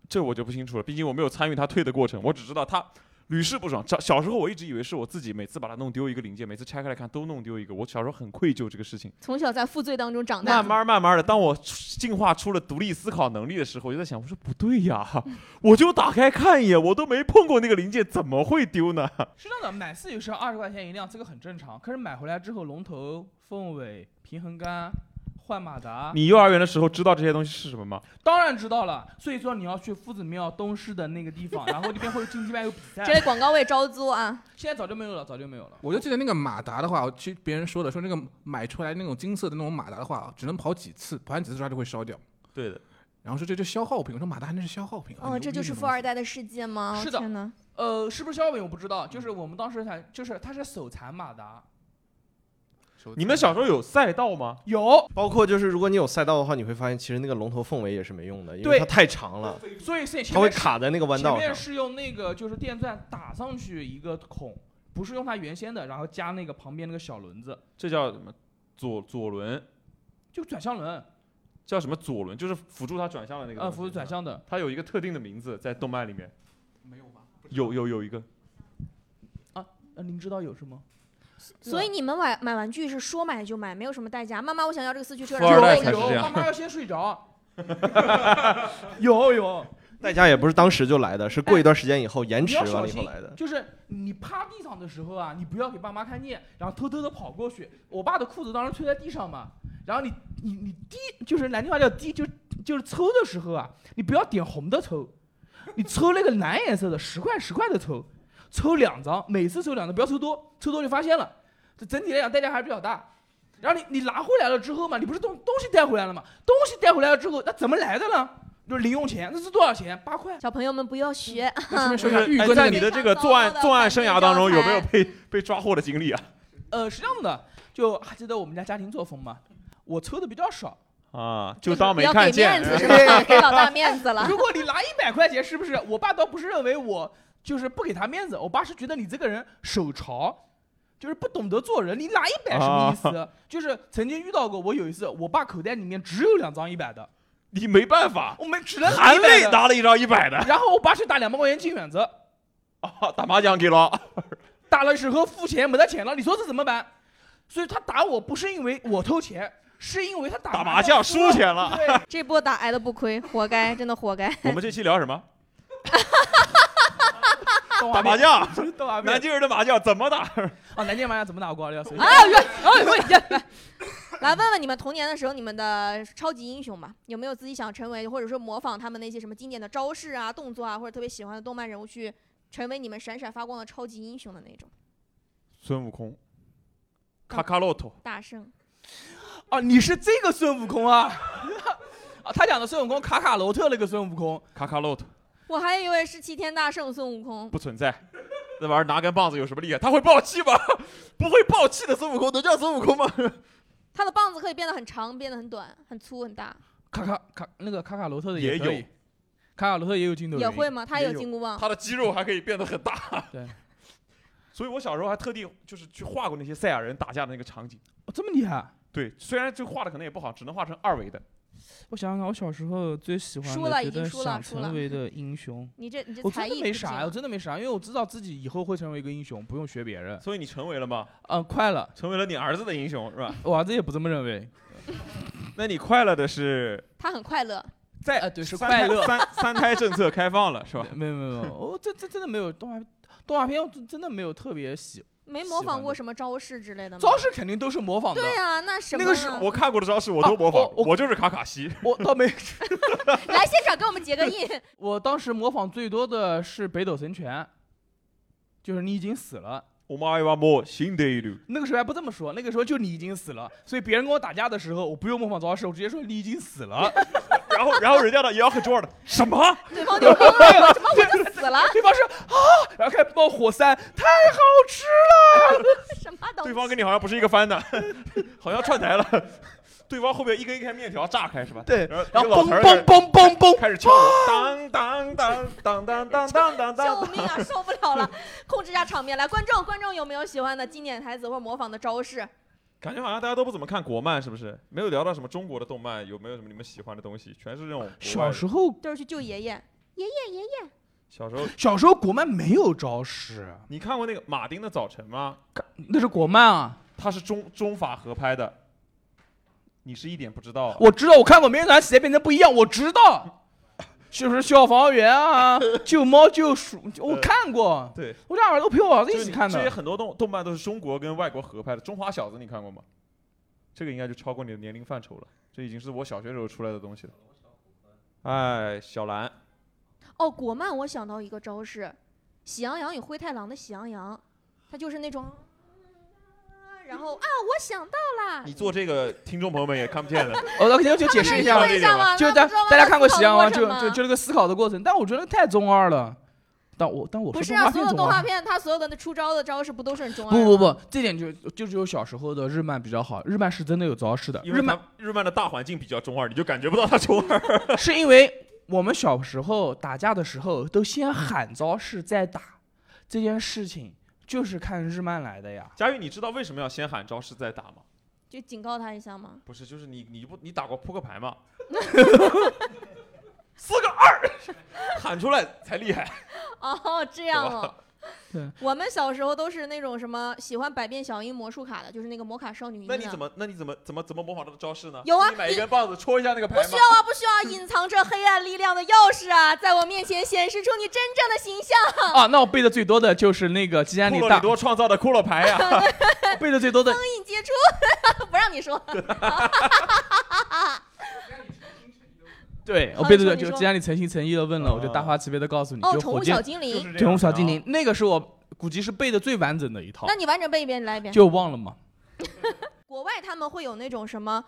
Speaker 1: 这我就不清楚了，毕竟我没有参与他退的过程，我只知道他屡试不爽。小小时候我一直以为是我自己每次把它弄丢一个零件，每次拆开来看都弄丢一个。我小时候很愧疚这个事情。
Speaker 3: 从小在负罪当中长大
Speaker 1: 慢。慢慢慢的，当我出进化出了独立思考能力的时候，我就在想，我说不对呀，我就打开看一眼，我都没碰过那个零件，怎么会丢呢？
Speaker 4: 是这样的，买四驱车二十块钱一辆，这个很正常。可是买回来之后，龙头、凤尾、平衡杆、换马达，
Speaker 1: 你幼儿园的时候知道这些东西是什么吗？
Speaker 4: 当然知道了。所以说你要去夫子庙东市的那个地方，然后那边会有竞技班有比赛
Speaker 3: 这。位广告位招租啊，
Speaker 4: 现在早就没有了，早就没有了。
Speaker 8: 我就记得那个马达的话，我去别人说的，说那个买出来那种金色的那种马达的话，只能跑几次，跑完几次之后它就会烧掉。
Speaker 1: 对的，
Speaker 8: 然后说这就消耗品，我说马达还真是消耗
Speaker 1: 哎
Speaker 8: 品。
Speaker 3: 哦，这就是富二代的世界吗？
Speaker 4: 是的
Speaker 3: 天哪，
Speaker 4: 呃，是不是肖伟我不知道，就是我们当时想，就是它是手残马达，
Speaker 8: 代
Speaker 1: 你们小时候有赛道吗？
Speaker 4: 有，
Speaker 2: 包括就是如果你有赛道的话，你会发现其实那个龙头凤尾也是没用的，因
Speaker 4: 对
Speaker 2: 为它太长了，
Speaker 4: 所以是前
Speaker 2: 它会
Speaker 4: 面是
Speaker 2: 卡在那个弯
Speaker 4: 前
Speaker 2: 道
Speaker 4: 面
Speaker 2: 上。
Speaker 4: 是用那个就是电钻打上去一个孔，不是用它原先的，然后加那个旁边那个小轮子，
Speaker 1: 这叫什么？左左轮
Speaker 4: 就转向轮，
Speaker 1: 叫什么？左轮就是啊辅助它转向的那个。
Speaker 4: 呃，辅助转。向的，
Speaker 1: 它有一个特定的名字在动漫里面，
Speaker 8: 没有吧？
Speaker 1: 有有有一个。
Speaker 4: 呃，您知道有什么？
Speaker 3: 所以你们买买玩具是说买就买，没有什么代价。妈妈，我想要这个四驱车，哎
Speaker 1: 富
Speaker 3: 然后
Speaker 1: 二
Speaker 3: 我
Speaker 1: 代才是
Speaker 4: 有
Speaker 1: 这
Speaker 4: 有，
Speaker 1: 样
Speaker 4: 爸妈要先睡着，有有，
Speaker 2: 代驾也不是当时就来的，是过一段时间以后延
Speaker 4: 你
Speaker 2: 迟
Speaker 4: 要
Speaker 2: 完
Speaker 4: 小
Speaker 2: 了以后
Speaker 4: 心
Speaker 2: 来的，。
Speaker 4: 就是你趴地上的时候啊，你不要给爸妈看见，然后偷偷的跑过去。我爸的裤子当时推在地上嘛，然后你你你滴，就是南京话叫滴，就就是抽的时候啊，你不要点红的抽，你抽那个蓝颜色的，十块十块的抽，抽两张，每次抽两张，不要抽多，抽多就发现了。这整体来讲代价还是比较大。然后你你拿回来了之后嘛，你不是东东西带回来了嘛？东西带回来了之后，那怎么来的呢？就是零用钱，那是多少钱？八块。
Speaker 3: 小朋友们不要学，
Speaker 8: 顺便说一
Speaker 1: 就
Speaker 8: 下，玉
Speaker 1: 是哎
Speaker 8: 哥那
Speaker 1: 在
Speaker 8: 个
Speaker 1: 你
Speaker 8: 年
Speaker 1: 的这个作案作案生涯当中，有没有被被抓获的经历啊？
Speaker 4: 呃，是这样的，就还记得我们家家庭作风嘛，我抽的比较少。
Speaker 1: 啊，
Speaker 3: 就
Speaker 1: 就是当
Speaker 3: 不
Speaker 1: 没
Speaker 3: 要
Speaker 1: 看
Speaker 3: 给
Speaker 1: 见
Speaker 3: 面。子是吧？ 给老大面子了。
Speaker 4: 如果你拿一百块钱，是不是？我爸倒不是认为我就是不给他面子，我爸是觉得你这个人手潮，就是不懂得做人。你拿一百什么意思？
Speaker 1: 啊
Speaker 4: 就是曾经遇到过，我有一次，我爸口袋里面只有两张一百的，
Speaker 1: 你 没办法，
Speaker 4: 我们只能拿
Speaker 1: 含
Speaker 4: 一百
Speaker 1: 泪
Speaker 4: 的。
Speaker 1: 拿了一张一百的，
Speaker 4: 然后我爸去打两百块钱进远子，
Speaker 1: 啊打麻将去了。
Speaker 4: 打了时候付钱没得钱了，你说这怎么办？所以他打我不是因为我偷钱，是因为他打
Speaker 1: 打麻将输
Speaker 4: 了。
Speaker 1: 钱了。
Speaker 4: 对，
Speaker 3: 这波打挨了不亏，活该，真的活该。
Speaker 1: 我们这期聊什么？
Speaker 4: 动画
Speaker 1: 打麻
Speaker 4: 片，
Speaker 1: 将，
Speaker 4: 动画
Speaker 1: 南
Speaker 4: 片
Speaker 1: 京人的麻将怎么打？
Speaker 4: 啊，南京麻将怎么打？我告诉你，
Speaker 3: 哎呦，哎呦，哎呦 来问问你们童年的时候，你们的超级英雄吧，有没有自己想成为，或者说模仿他们那些什么经典的招式啊、动作啊，或者特别喜欢的动漫人物去成为你们闪闪发光的超级英雄的那种？
Speaker 1: 孙悟空，卡卡洛托，
Speaker 3: 大圣，
Speaker 4: 哦，你是这个孙悟空啊？ 啊，他讲的孙悟空，卡卡罗特那个孙悟空，
Speaker 1: 卡卡洛托
Speaker 3: 我还以为是齐天大圣孙悟空。
Speaker 1: 不存在。那玩意儿拿根棒子有什么厉害？他会爆气吗？不会爆气的孙悟空能叫孙悟空吗？
Speaker 3: 他的棒子可以变得很长，变得很短，很粗很大，
Speaker 4: 卡卡卡那个卡卡罗特的
Speaker 1: 也
Speaker 4: 可以
Speaker 1: 有，
Speaker 4: 卡卡罗特也有筋斗
Speaker 3: 也
Speaker 4: 云，
Speaker 3: 会吗？他
Speaker 1: 也
Speaker 3: 有
Speaker 1: 有
Speaker 3: 金箍棒。
Speaker 1: 他的肌肉还可以变得很大。
Speaker 4: 对。
Speaker 1: 所以我小时候还特地就是去画过那些赛亚人打架的那个场景。
Speaker 4: 哦这么厉害？
Speaker 1: 对，虽然这画的可能也不好，只能画成二维的。
Speaker 4: 我想想看，我小时候最喜欢
Speaker 3: 输了
Speaker 4: 的、
Speaker 3: 已
Speaker 4: 觉
Speaker 3: 经
Speaker 4: 得
Speaker 3: 输了
Speaker 4: 想
Speaker 3: 输了
Speaker 4: 成 为的英雄，
Speaker 3: 你这你这
Speaker 4: 我
Speaker 3: 才
Speaker 4: 真
Speaker 3: 艺
Speaker 4: 的
Speaker 3: 不啊
Speaker 4: 没
Speaker 3: 行
Speaker 4: 啥，我真的没啥，因为我知道自己以后会成为一个英雄，不用学别人。
Speaker 1: 所以你成为了吗？
Speaker 4: 嗯，快了，
Speaker 1: 成为了你儿子的英雄是吧？
Speaker 4: 我儿子也不这么认为。
Speaker 1: 那你快乐的是
Speaker 3: 他很快乐。
Speaker 1: 在
Speaker 3: 呃
Speaker 4: 啊对是
Speaker 1: 三
Speaker 4: 快
Speaker 1: 胎
Speaker 4: 乐
Speaker 1: 三三胎政策开放了是吧？
Speaker 4: 没有没有没有，我这这真的没有动画动画片，我真真的没有特别喜，
Speaker 3: 没模
Speaker 4: 喜
Speaker 3: 仿
Speaker 4: 欢
Speaker 3: 过
Speaker 4: 的
Speaker 3: 什么招式之类的吗？
Speaker 4: 招式肯定都是模仿的。
Speaker 3: 对呀、那什么呢？
Speaker 1: 那个是我看过的招式，我都模仿，
Speaker 4: 啊我
Speaker 1: 我
Speaker 4: 我
Speaker 1: 就是卡卡西。
Speaker 4: 我倒没
Speaker 3: 来现场给我们 结个印。
Speaker 4: 我当时模仿最多的是北斗神拳，就是你已经死了。
Speaker 1: 我们爱玩摸新的一路，
Speaker 4: 那个时候还不这么说，那个时候就你已经死了，所以别人跟我打架的时候，我不用模仿招式，我直接说你已经死了，
Speaker 1: 然后然后人家的也要很重要的什么？
Speaker 3: 对方就说哎呦，怎么我就死了？
Speaker 4: 对方说啊，然后开始爆火山，太好吃了。
Speaker 3: 什么东西？
Speaker 1: 对方跟你好像不是一个番的， 好像串台了。对方后面一根一根面条炸开是吧？
Speaker 4: 对
Speaker 1: 然后
Speaker 4: 然
Speaker 1: 一
Speaker 4: 后
Speaker 1: 个老头
Speaker 4: 嘣
Speaker 1: 儿
Speaker 4: 嘣嘣嘣嘣，啊
Speaker 1: 开始敲锣，当当当当当当当当
Speaker 3: 救
Speaker 1: 当。
Speaker 3: 命啊！受不了了，控制一下场面。来，观众，观众有没有喜欢的经典台词或者模仿的招式？
Speaker 1: 感觉好像大家都不怎么看国漫，是不是？没有聊到什么中国的动漫，有没有什么你们喜欢的东西？全是这种国外的
Speaker 4: 小时候
Speaker 3: 就是去救爷爷。
Speaker 1: 小时候，
Speaker 4: 小时候国漫没有招式，啊
Speaker 1: 你看过那个《马丁的早晨》吗？
Speaker 4: 那是国漫啊，
Speaker 1: 它是中中法合拍的，你是一点不知道啊。
Speaker 4: 我知道，我看过《名人堂》，写变成不一样，我知道。是不是消防员啊，救猫救鼠？我看过，
Speaker 1: 对，
Speaker 4: 我家儿子我陪我儿子
Speaker 1: 就
Speaker 4: 一
Speaker 1: 是
Speaker 4: 起
Speaker 1: 你
Speaker 4: 看
Speaker 1: 哎这些
Speaker 4: 的。
Speaker 1: 很多动动漫都是中国跟外国合拍的，《中华小子》你看过吗？这个应该就超过你的年龄范畴了，这已经是我小学时候出来的东西了。哎，小兰，
Speaker 3: 哦，国漫我想到一个招式，《喜羊羊与灰太狼》的喜羊羊，他就是那种，然后啊，我想到啦。
Speaker 1: 你做这个，听众朋友们也看不见的。
Speaker 4: 我来给哦你就解释一下
Speaker 3: 他，们能理会一下吗？
Speaker 4: 就是
Speaker 3: 他
Speaker 4: 大
Speaker 3: 们知道
Speaker 4: 大家看过《
Speaker 3: 他
Speaker 4: 喜羊羊》
Speaker 3: 们
Speaker 4: 就
Speaker 3: 操作什
Speaker 4: 就
Speaker 3: 么
Speaker 4: 就那个思考的过程，但我觉得太中二了。但我但我
Speaker 3: 不是
Speaker 4: 说
Speaker 3: 啊，所
Speaker 4: 动画
Speaker 3: 有
Speaker 4: 片
Speaker 3: 动
Speaker 4: 中
Speaker 3: 画
Speaker 4: 二。
Speaker 3: 片它所有的那出招的招式不都是很中二？啊
Speaker 4: 不不，不，这点就就只有小时候的日漫比较好，日漫是真的有招式的。
Speaker 1: 因为
Speaker 4: 日漫
Speaker 1: 它日漫的大环境比较中二，你就感觉不到它中二。
Speaker 4: 是因为我们小时候打架的时候都先喊招式再打，这件事情就是看日漫来的呀。
Speaker 1: 佳玉，你知道为什么要先喊招式再打吗？
Speaker 3: 就警告他一下嘛。
Speaker 1: 不是，就是你你不你打过扑克牌 吗？ 四个二，喊出来才厉害。
Speaker 3: 哦，这样哦。我们小时候都是那种什么喜欢百变小樱魔术卡的，就是那个魔卡少女樱
Speaker 1: 那你
Speaker 3: 的
Speaker 1: 怎么那你怎么怎么怎么模仿他的招式呢？
Speaker 3: 有啊
Speaker 1: 你买
Speaker 3: 你
Speaker 1: 一根棒子戳一下那个牌
Speaker 3: 不
Speaker 1: 吗
Speaker 3: 需？要啊，不需要啊隐藏着黑暗力量的钥匙啊，在我面前显示出你真正的形象。
Speaker 4: 啊，那我背的最多的就是那个吉安
Speaker 1: 库
Speaker 4: 里
Speaker 1: 洛
Speaker 4: 大
Speaker 1: 里，多创造的骷髅牌啊呀、
Speaker 4: 我背的最多的
Speaker 3: 封印接触， 不让你说。
Speaker 4: 对，我
Speaker 3: 好
Speaker 4: 背
Speaker 3: 你
Speaker 4: 的
Speaker 3: 说
Speaker 4: 最
Speaker 3: 你
Speaker 4: 多就
Speaker 3: 说
Speaker 4: 既然你诚心诚意的问了，我就
Speaker 1: 啊
Speaker 4: 大发慈悲的告诉你，
Speaker 3: 哦，
Speaker 4: 就
Speaker 3: 宠
Speaker 4: 火
Speaker 3: 物
Speaker 4: 箭
Speaker 3: 小精
Speaker 1: 就
Speaker 3: 灵，
Speaker 1: 是这
Speaker 4: 宠
Speaker 1: 样
Speaker 4: 物小
Speaker 1: 的啊
Speaker 4: 精灵，那个是我估计是背的最完整的一套
Speaker 3: 那，你完整背一遍，你来一遍。
Speaker 4: 就忘了嘛。
Speaker 3: 国外他们会有那种什么，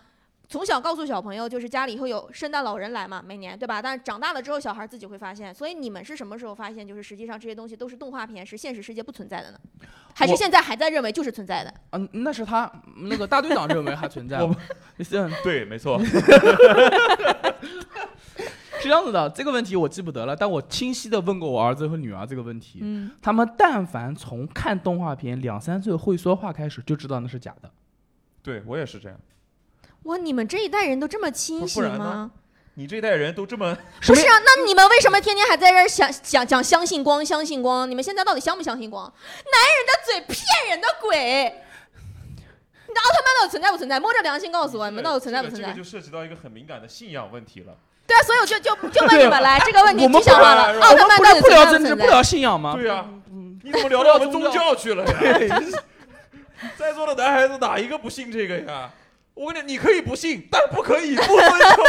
Speaker 3: 从小告诉小朋友，就是家里会有圣诞老人来嘛，每年对吧？但是长大了之后，小孩自己会发现。所以你们是什么时候发现，就是实际上这些东西都是动画片，是现实世界不存在的呢？还是
Speaker 4: 我
Speaker 3: 现在还在认为就是存在的？
Speaker 4: 嗯，那是他那个大队长认为还存在
Speaker 1: 我
Speaker 4: 吗， 是
Speaker 1: 对，没错，
Speaker 4: 是这样子的。这个问题我记不得了，但我清晰的问过我儿子和女儿这个问题，
Speaker 3: 嗯，
Speaker 4: 他们但凡从看动画片两三岁会说话开始，就知道那是假的。
Speaker 1: 对我也是这样。
Speaker 3: 哇，你们这一代人都这么清
Speaker 1: 不
Speaker 3: 醒
Speaker 1: 不然
Speaker 3: 吗
Speaker 1: 呢？你这代人都这么
Speaker 3: 不
Speaker 4: 什么
Speaker 3: 是啊，那你们为什么天天还在这儿想想讲相信光，相信光？你们现在到底相不相信光？男人的嘴骗人的鬼！你的奥特曼到底存在不存在？摸着良心 告诉我，你们到底存在不存在
Speaker 1: 这个这个？就涉及到一个很敏感的信仰问题了。
Speaker 3: 对啊，所以我就就就问你们来，这个问 题
Speaker 4: 我们
Speaker 3: 具
Speaker 4: 不
Speaker 3: 象化了。奥
Speaker 4: 我
Speaker 3: 特
Speaker 4: 们
Speaker 3: 曼到底
Speaker 4: 不聊不
Speaker 3: 存
Speaker 4: 聊
Speaker 3: 啊在不
Speaker 4: 政治，
Speaker 3: 存
Speaker 4: 不
Speaker 3: 在？
Speaker 4: 聊信仰吗？
Speaker 1: 对呀、
Speaker 3: 嗯
Speaker 1: 你怎么聊到我们宗教去了 呀？在座的男孩子哪一个不信这个呀？我跟你，你可以不信，但不可以不遵守。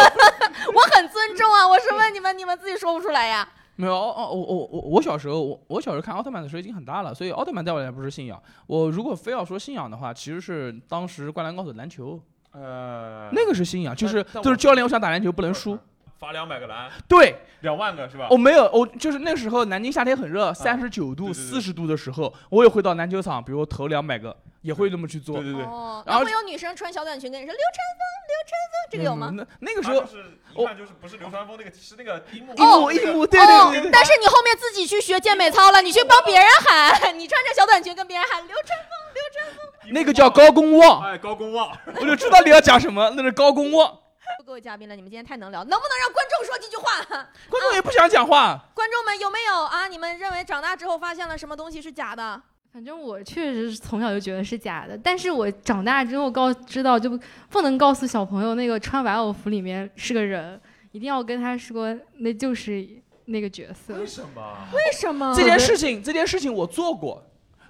Speaker 3: 我很尊重啊，我是问你们，你们自己说不出来呀。
Speaker 4: 没有，哦哦，我我我我小时候，我我小时候看奥特曼的时候已经很大了，所以奥特曼在我来讲不是信仰。我如果非要说信仰的话，其实是当时《灌篮高手》篮球，
Speaker 1: 呃
Speaker 4: 那个是信仰，就是
Speaker 1: 但
Speaker 4: 就是
Speaker 1: 我
Speaker 4: 教练，我想打篮球不能输。，哦
Speaker 1: 罚两百个篮，
Speaker 4: 对，
Speaker 1: 两万个是吧？
Speaker 4: 我没有，我就是那时候南京夏天很热，三十九
Speaker 1: 对
Speaker 4: 度、
Speaker 1: 对对
Speaker 4: 四十度的时候，我也会到篮球场，比如投两百个，也会这么去做
Speaker 1: 对。对啊对，
Speaker 3: 哦，
Speaker 4: 然
Speaker 3: 那
Speaker 4: 后
Speaker 3: 会有女生穿小短裙跟你说刘晨风，刘晨风，这个有吗
Speaker 4: 嗯？那那个时
Speaker 1: 他
Speaker 4: 候
Speaker 1: 就，是一看就是不是流川枫那个，是那个樱木。
Speaker 3: 哦
Speaker 4: 一幕一幕，对
Speaker 3: 哦
Speaker 4: 对对，对，
Speaker 3: 但是你后面自己去学健美操了，你去帮别人喊，你穿着小短裙跟别人喊刘晨
Speaker 4: 那个叫高公望，
Speaker 1: 哎高公望，
Speaker 4: 我就知道你要讲什么，那是高公望。
Speaker 3: 风。各位嘉宾了，你们今天太能聊，能不能让观众说几句话？
Speaker 4: 观众也不想讲话，
Speaker 3: 观众们有没有啊？你们认为长大之后发现了什么东西是假的？
Speaker 9: 反正我确实是从小就觉得是假的，但是我长大之后告知道就不能告诉小朋友那个穿玩偶服里面是个人，一定要跟他说那就是那个角色
Speaker 1: 为。什么？
Speaker 3: 为什么
Speaker 4: 这件事情，这件事情我做过。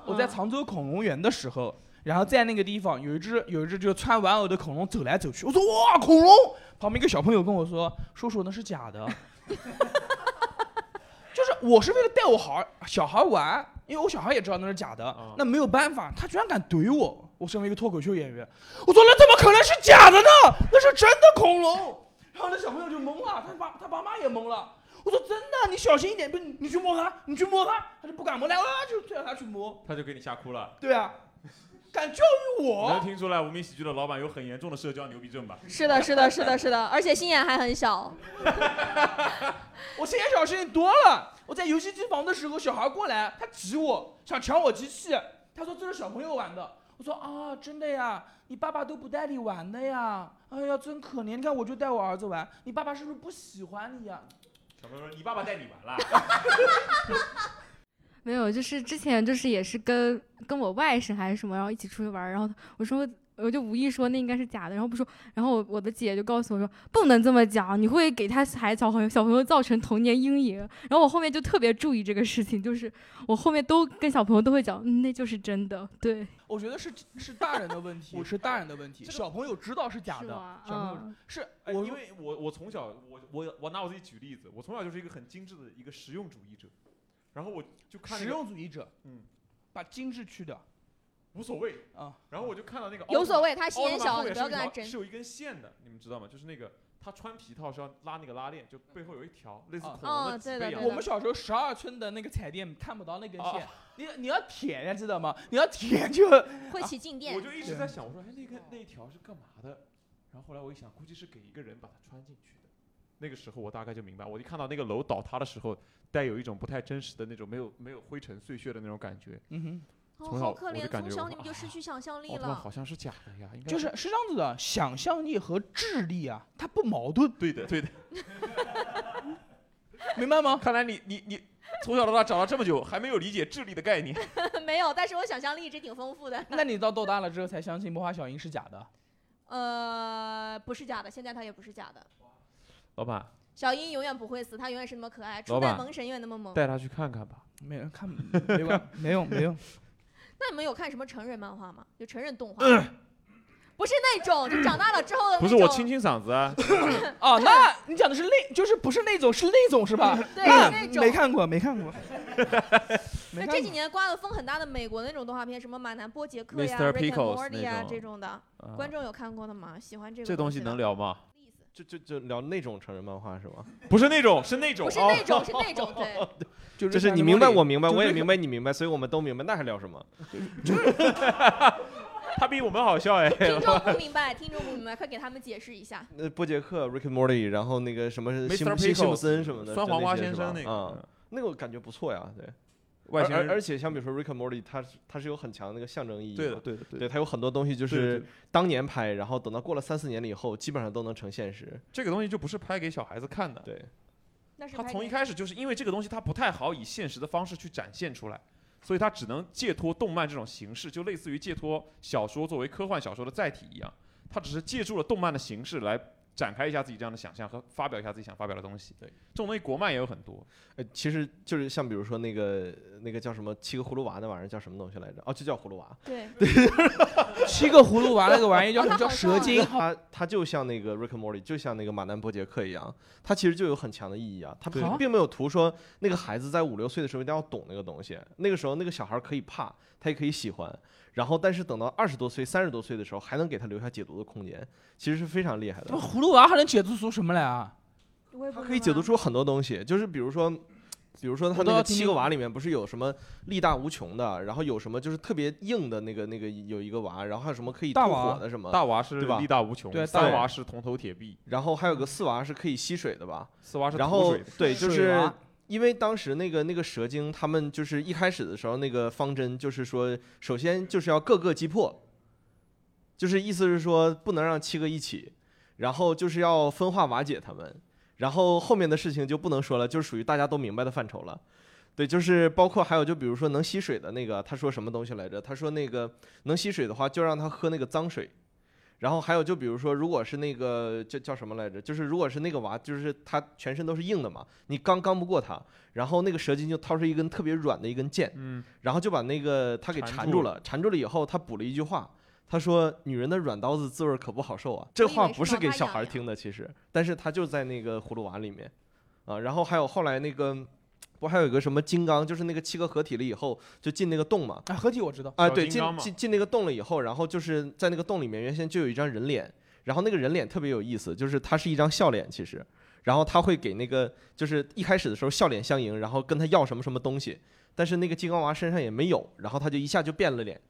Speaker 4: 我在
Speaker 9: 嗯
Speaker 4: 常州恐龙园的时候，然后在那个地方有一只有一只就穿玩偶的恐龙走来走去，我说哇恐龙，旁边一个小朋友跟我说，叔叔那是假的， 就是我是为了带我孩儿小孩玩，因为我小孩也知道那是假的，
Speaker 1: 嗯
Speaker 4: 那没有办法，他居然敢怼我，我身为一个脱口秀演员，我说那怎么可能是假的呢？那是真的恐龙，然后那小朋友就懵了，他爸他爸妈也懵了。我说真的，你小心一点，不，你你去摸它，你去摸它，他就不敢摸，来啊，就就让他去摸。
Speaker 1: 他就给你吓哭了。
Speaker 4: 对啊，敢教育
Speaker 1: 能
Speaker 4: 我？
Speaker 1: 听出来无名喜剧的老板有很严重的社交牛逼症吧？
Speaker 3: 是的，是的，是的，是的，而且心眼还很小。
Speaker 4: 我现在小事情多了。我在游戏机房的时候，小孩过来，他挤我，想抢我机器。他说这是小朋友玩的。我说啊，真的呀，你爸爸都不带你玩的呀。哎呀，真可怜。你看我就带我儿子玩，你爸爸是不是不喜欢你呀？
Speaker 1: 小朋友说：“你爸爸带你玩啦。”
Speaker 9: 没有，就是之前就是也是跟跟我外甥还是什么，然后一起出去玩儿，然后我说我就无意说那应该是假的，然后不说，然后我我的姐就告诉我说不能这么讲，你会给他孩子小朋友小朋友造成童年阴影。然后我后面就特别注意这个事情，就是我后面都跟小朋友都会讲，嗯，那就是真的，对，
Speaker 4: 我觉得是是大人的问 题，是大人的问题。小朋友知道是假
Speaker 9: 是
Speaker 4: 的，
Speaker 9: 吗？
Speaker 4: 小朋友
Speaker 9: 嗯
Speaker 4: 是
Speaker 1: 哎
Speaker 4: 我
Speaker 1: 因为我我从小我我我拿我自己举例子，我从小就是一个很精致的一个实用主义者，然后我就看、
Speaker 4: 实
Speaker 1: 那个、
Speaker 4: 用主义者，
Speaker 1: 嗯，
Speaker 4: 把精致去掉
Speaker 1: 无所谓，
Speaker 4: 啊。
Speaker 1: 然后我就看到那个
Speaker 3: 有所
Speaker 1: 谓，
Speaker 3: 谓，他心眼
Speaker 1: 奥
Speaker 3: 小，
Speaker 1: 特曼后
Speaker 3: 你
Speaker 1: 面
Speaker 3: 不
Speaker 1: 是
Speaker 3: 要
Speaker 1: 有一
Speaker 3: 跟他
Speaker 1: 条
Speaker 3: 争。
Speaker 1: 是有一根线的，你们知道吗？就是那个他穿皮套是要拉那个拉链，就背后有一条类似
Speaker 4: 啊
Speaker 1: 恐龙
Speaker 3: 哦
Speaker 1: 的脊
Speaker 3: 对的
Speaker 1: 背一样
Speaker 3: 对
Speaker 4: 我
Speaker 3: 的
Speaker 4: 们小时候十二寸的那个彩电看不到那根线，
Speaker 1: 啊
Speaker 4: 你你要舔呀，知道吗？你要舔就
Speaker 3: 会起静
Speaker 1: 我
Speaker 3: 电。
Speaker 1: 就一直在想，我说哎那
Speaker 3: 嗯
Speaker 1: 个那一条是干嘛的？然后后来我一想，估计是给一个人把它穿进去的。那个时候我大概就明白，我一看到那个楼倒塌的时候，带有一种不太真实的那种没有没有灰尘碎屑的那种感觉。
Speaker 4: 嗯
Speaker 3: 哦，
Speaker 1: 从小
Speaker 3: 好可
Speaker 1: 我就
Speaker 3: 怜，
Speaker 1: 感
Speaker 3: 从
Speaker 1: 觉
Speaker 3: 小
Speaker 1: 我
Speaker 3: 你们就失去想象力
Speaker 1: 奥特曼
Speaker 3: 了
Speaker 1: 好。像是假的呀，应
Speaker 4: 哼，
Speaker 1: 该
Speaker 4: 就是是这样子的，想象力和智力啊，它不矛盾，
Speaker 1: 对的，对的。
Speaker 4: 明白吗？
Speaker 1: 看来你你你从小到大长了这么久，还没有理解智力的概念。
Speaker 3: 没有，但是我想象力一直挺丰富的。
Speaker 4: 那你到豆大了之后才相信《魔法小樱》是假的？
Speaker 3: 呃，不是假的，现在它也不是假的。
Speaker 7: 老板，
Speaker 3: 小樱永远不会死，她永远是那么可爱，初
Speaker 7: 老
Speaker 3: 代
Speaker 7: 板
Speaker 3: 萌神永远那么萌。
Speaker 7: 带他去看看吧。
Speaker 4: 没 人看，没关，没用，没用。
Speaker 3: 那你们有看什么成人漫画吗？有成人动画？不是那种，就长大了之后的
Speaker 1: 嗯 不
Speaker 3: 那
Speaker 1: 是
Speaker 3: 种。
Speaker 1: 我清清嗓 子啊，
Speaker 4: 哦，那你讲的是那，就是不是那种，是那种是吧？
Speaker 3: 对，是
Speaker 1: 嗯
Speaker 3: 那种
Speaker 4: 没看过，没看过。没
Speaker 3: 那
Speaker 4: 看
Speaker 3: 这几
Speaker 4: 过。
Speaker 3: 年刮的风很大的美国那种动画片，什么马南波杰克呀、Rick
Speaker 1: Mr.
Speaker 3: and
Speaker 1: Pickles
Speaker 3: Morty 呀
Speaker 1: 那种
Speaker 3: 这种的，
Speaker 1: 啊
Speaker 3: 观众有看过的吗？喜欢这个
Speaker 1: 这东西
Speaker 3: 的
Speaker 1: 能聊吗？
Speaker 3: 例子
Speaker 2: 就就就聊那种成人漫画是吗？
Speaker 1: 不是那种，是那种，
Speaker 3: 不是
Speaker 1: 哦
Speaker 3: 那种，是那种， 对，
Speaker 4: 就
Speaker 2: 就是
Speaker 4: 像
Speaker 2: 你明白，
Speaker 4: 茉莉
Speaker 2: 我明白，
Speaker 4: 就
Speaker 2: 我也
Speaker 4: 这个
Speaker 2: 明白，你明白，所以我们都明白，那还聊什么？
Speaker 1: 他比我们好笑哎。
Speaker 3: 听众不明白，听众不明白，快给他们解释一下。
Speaker 2: 呃，波杰克、Rick and Morty，然后那个什么是
Speaker 1: Mr.
Speaker 2: 辛普辛辛
Speaker 1: Pickles，
Speaker 2: 普森什么的，
Speaker 1: 酸
Speaker 2: 就那
Speaker 1: 黄瓜
Speaker 2: 些
Speaker 1: 先
Speaker 2: 是吧
Speaker 1: 生那个
Speaker 2: 啊，那个我感觉不错呀，对。
Speaker 1: 外星
Speaker 2: 而而
Speaker 1: 人，
Speaker 2: 而且像比如说 Rick and Morty，它是它是有很强的那个象征意义嘛，
Speaker 1: 对的，对的，对的。
Speaker 2: 对，它有很多东西就
Speaker 1: 对对
Speaker 2: 是当年拍，然后等到过了三四年了以后，基本上都能成现实。
Speaker 1: 这个东西就不是拍给小孩子看的，
Speaker 2: 对，
Speaker 3: 那是
Speaker 1: 他
Speaker 3: 拍
Speaker 1: 从
Speaker 3: 给
Speaker 1: 一开始就是因为这个东西它不太好以现实的方式去展现出来，所以它只能借托动漫这种形式，就类似于借托小说作为科幻小说的载体一样，它只是借助了动漫的形式来展开一下自己这样的想象和发表一下自己想发表的东西。
Speaker 2: 对，
Speaker 1: 这种东西国漫也有很多，
Speaker 2: 呃，其实就是像比如说那个那个叫什么七个葫芦娃那玩意儿叫什么东西来着？哦，就叫葫芦娃。
Speaker 3: 对，
Speaker 4: 七个葫芦娃那个玩意叫
Speaker 3: 哦
Speaker 4: 什么
Speaker 3: 它
Speaker 4: 叫
Speaker 3: 好
Speaker 4: 蛇
Speaker 3: 像
Speaker 4: 精？
Speaker 2: 它它就像那个 Rick and Morty，就像那个马南波杰克一样，它其实就有很强的意义啊。它
Speaker 4: 对
Speaker 2: 并并没有图说那个孩子在五六岁的时候一定要懂那个东西，那个时候那个小孩可以怕，他也可以喜欢，然后但是等到二十多岁、三十多岁的时候，还能给他留下解读的空间，其实是非常厉害的
Speaker 4: 他妈。葫芦娃还能解读出什么来啊？
Speaker 3: 我也不
Speaker 2: 它
Speaker 3: 明
Speaker 2: 可以解
Speaker 3: 白
Speaker 2: 读出很多东西，就是比如说。比如说，它
Speaker 4: 我都
Speaker 2: 那
Speaker 4: 要
Speaker 2: 个
Speaker 4: 听
Speaker 2: 七
Speaker 4: 听
Speaker 2: 个娃里面不是有什么力大无穷的，然后有什么就是特别硬的那个那个有一个娃，然后还有什么可以吐
Speaker 4: 大娃
Speaker 2: 火的什么，
Speaker 1: 大娃是
Speaker 2: 呃对吧
Speaker 1: 力大无穷，
Speaker 4: 对
Speaker 1: 三
Speaker 2: 大
Speaker 1: 娃是铜头铁臂，
Speaker 2: 然后还有个四娃是可以吸水的吧？
Speaker 1: 四娃是
Speaker 2: 然
Speaker 1: 吐
Speaker 2: 后
Speaker 1: 水的。
Speaker 2: 对，就
Speaker 4: 水
Speaker 2: 是
Speaker 4: 娃
Speaker 2: 因为当时那个那个蛇精，他们就是一开始的时候，那个方针就是说，首先就是要各个击破，就是意思是说不能让七个一起，然后就是要分化瓦解他们，然后后面的事情就不能说了，就是属于大家都明白的范畴了。对，就是包括还有就比如说能吸水的那个，他说什么东西来着？他说那个能吸水的话，就让他喝那个脏水。然后还有就比如说，如果是那个叫叫什么来着？就是如果是那个娃，就是他全身都是硬的嘛，你刚刚不过他，然后那个蛇精就掏出一根特别软的一根剑，
Speaker 1: 嗯，
Speaker 2: 然后就把那个他给
Speaker 1: 缠
Speaker 2: 缠
Speaker 1: 住
Speaker 2: 住了。缠住了以后，他补了一句话，他说：“女人的软刀子滋味可不好受啊。”这
Speaker 3: 我以
Speaker 2: 话
Speaker 3: 为是
Speaker 2: 不是
Speaker 3: 妈
Speaker 2: 给
Speaker 3: 妈
Speaker 2: 小
Speaker 3: 养
Speaker 2: 孩
Speaker 3: 的
Speaker 2: 听的，其实，但是他就在那个葫芦娃里面啊。然后还有后来那个，不还有一个什么金刚，就是那个七个合体了以后就进那个洞嘛，
Speaker 4: 啊，合体我知道。
Speaker 2: 啊，
Speaker 1: 小
Speaker 2: 对，
Speaker 1: 金
Speaker 2: 进
Speaker 1: 刚嘛
Speaker 2: 进进那个洞了以后，然后就是在那个洞里面，原先就有一张人脸，然后那个人脸特别有意思，就是它是一张笑脸，其实，然后他会给那个就是一开始的时候笑脸相迎，然后跟他要什么什么东西，但是那个金刚娃身上也没有，然后他就一下就变了脸，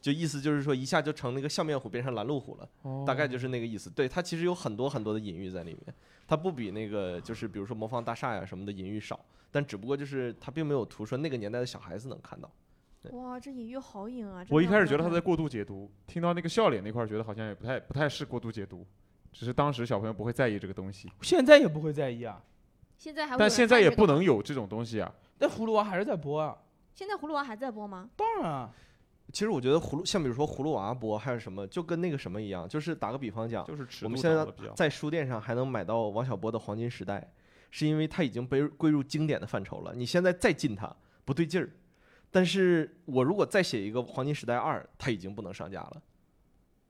Speaker 2: 就意思就是说一下就成那个笑面虎变成拦路虎了，大
Speaker 1: 哦
Speaker 2: 概就是那个意思。对，它其实有很多很多的隐喻在里面，它不比那个就是比如说魔方大厦呀什么的隐喻少，但只不过就是它并没有图说那个年代的小孩子能看到。
Speaker 3: 哇，这隐喻好隐啊！真
Speaker 1: 我一
Speaker 3: 的
Speaker 1: 开始
Speaker 3: 好
Speaker 1: 觉得他
Speaker 3: 看
Speaker 1: 在过度解读，听到那个笑脸那块儿，觉得好像也不太不太是过度解读，只是当时小朋友不会在意这个东西。
Speaker 4: 现在也不会在意啊。
Speaker 3: 现在还会有
Speaker 1: 但
Speaker 3: 人
Speaker 1: 现
Speaker 3: 看
Speaker 1: 在也
Speaker 3: 这个
Speaker 1: 不能有这种东西啊！
Speaker 4: 但葫芦娃还是在播啊。
Speaker 3: 现在葫芦娃还在播吗？
Speaker 4: 当然啊，
Speaker 2: 其实我觉得葫芦，像比如说葫芦娃播还有什么，就跟那个什么一样，就是打个比方讲，
Speaker 1: 就是尺
Speaker 2: 啊我
Speaker 1: 度
Speaker 2: 们现在
Speaker 1: 掌握得比较
Speaker 2: 在书店上还能买到王小波的《黄金时代》，是因为它已经被归入经典的范畴了。你现在再进它不对劲儿，但是我如果再写一个《黄金时代二》，它已经不能上架了。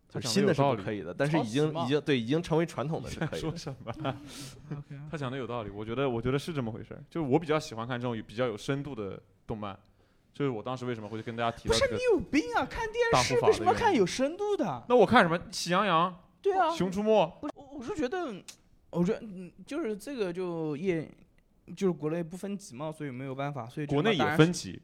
Speaker 1: 他
Speaker 2: 就是新
Speaker 1: 讲得
Speaker 2: 的
Speaker 1: 有
Speaker 2: 是不
Speaker 1: 道理
Speaker 2: 可以的，但是
Speaker 4: 抄
Speaker 2: 已
Speaker 4: 袭
Speaker 2: 经
Speaker 4: 嘛
Speaker 2: 已经对已经成为传 统的是可以的
Speaker 1: 说。什么？
Speaker 4: 嗯
Speaker 1: 他讲的有道理，我觉得我觉得是这么回事儿。就是我比较喜欢看这种有比较有深度的动漫，就是我当时为什么会跟大家提
Speaker 4: 不
Speaker 1: 到
Speaker 4: 是
Speaker 1: 这
Speaker 4: 你
Speaker 1: 个。
Speaker 4: 有病啊！看电
Speaker 1: 大
Speaker 4: 视
Speaker 1: 护法
Speaker 4: 为什
Speaker 1: 的
Speaker 4: 么
Speaker 1: 原
Speaker 4: 看
Speaker 1: 因
Speaker 4: 有深度的？
Speaker 1: 那我看什么《喜羊羊
Speaker 4: 对啊》，
Speaker 1: 《熊出没
Speaker 4: 我我是觉得，我觉得嗯就是这个就业，就是国内不分级嘛，所以没有办法，所以》，就
Speaker 1: 国内
Speaker 4: 那当
Speaker 1: 也
Speaker 4: 然
Speaker 1: 分级，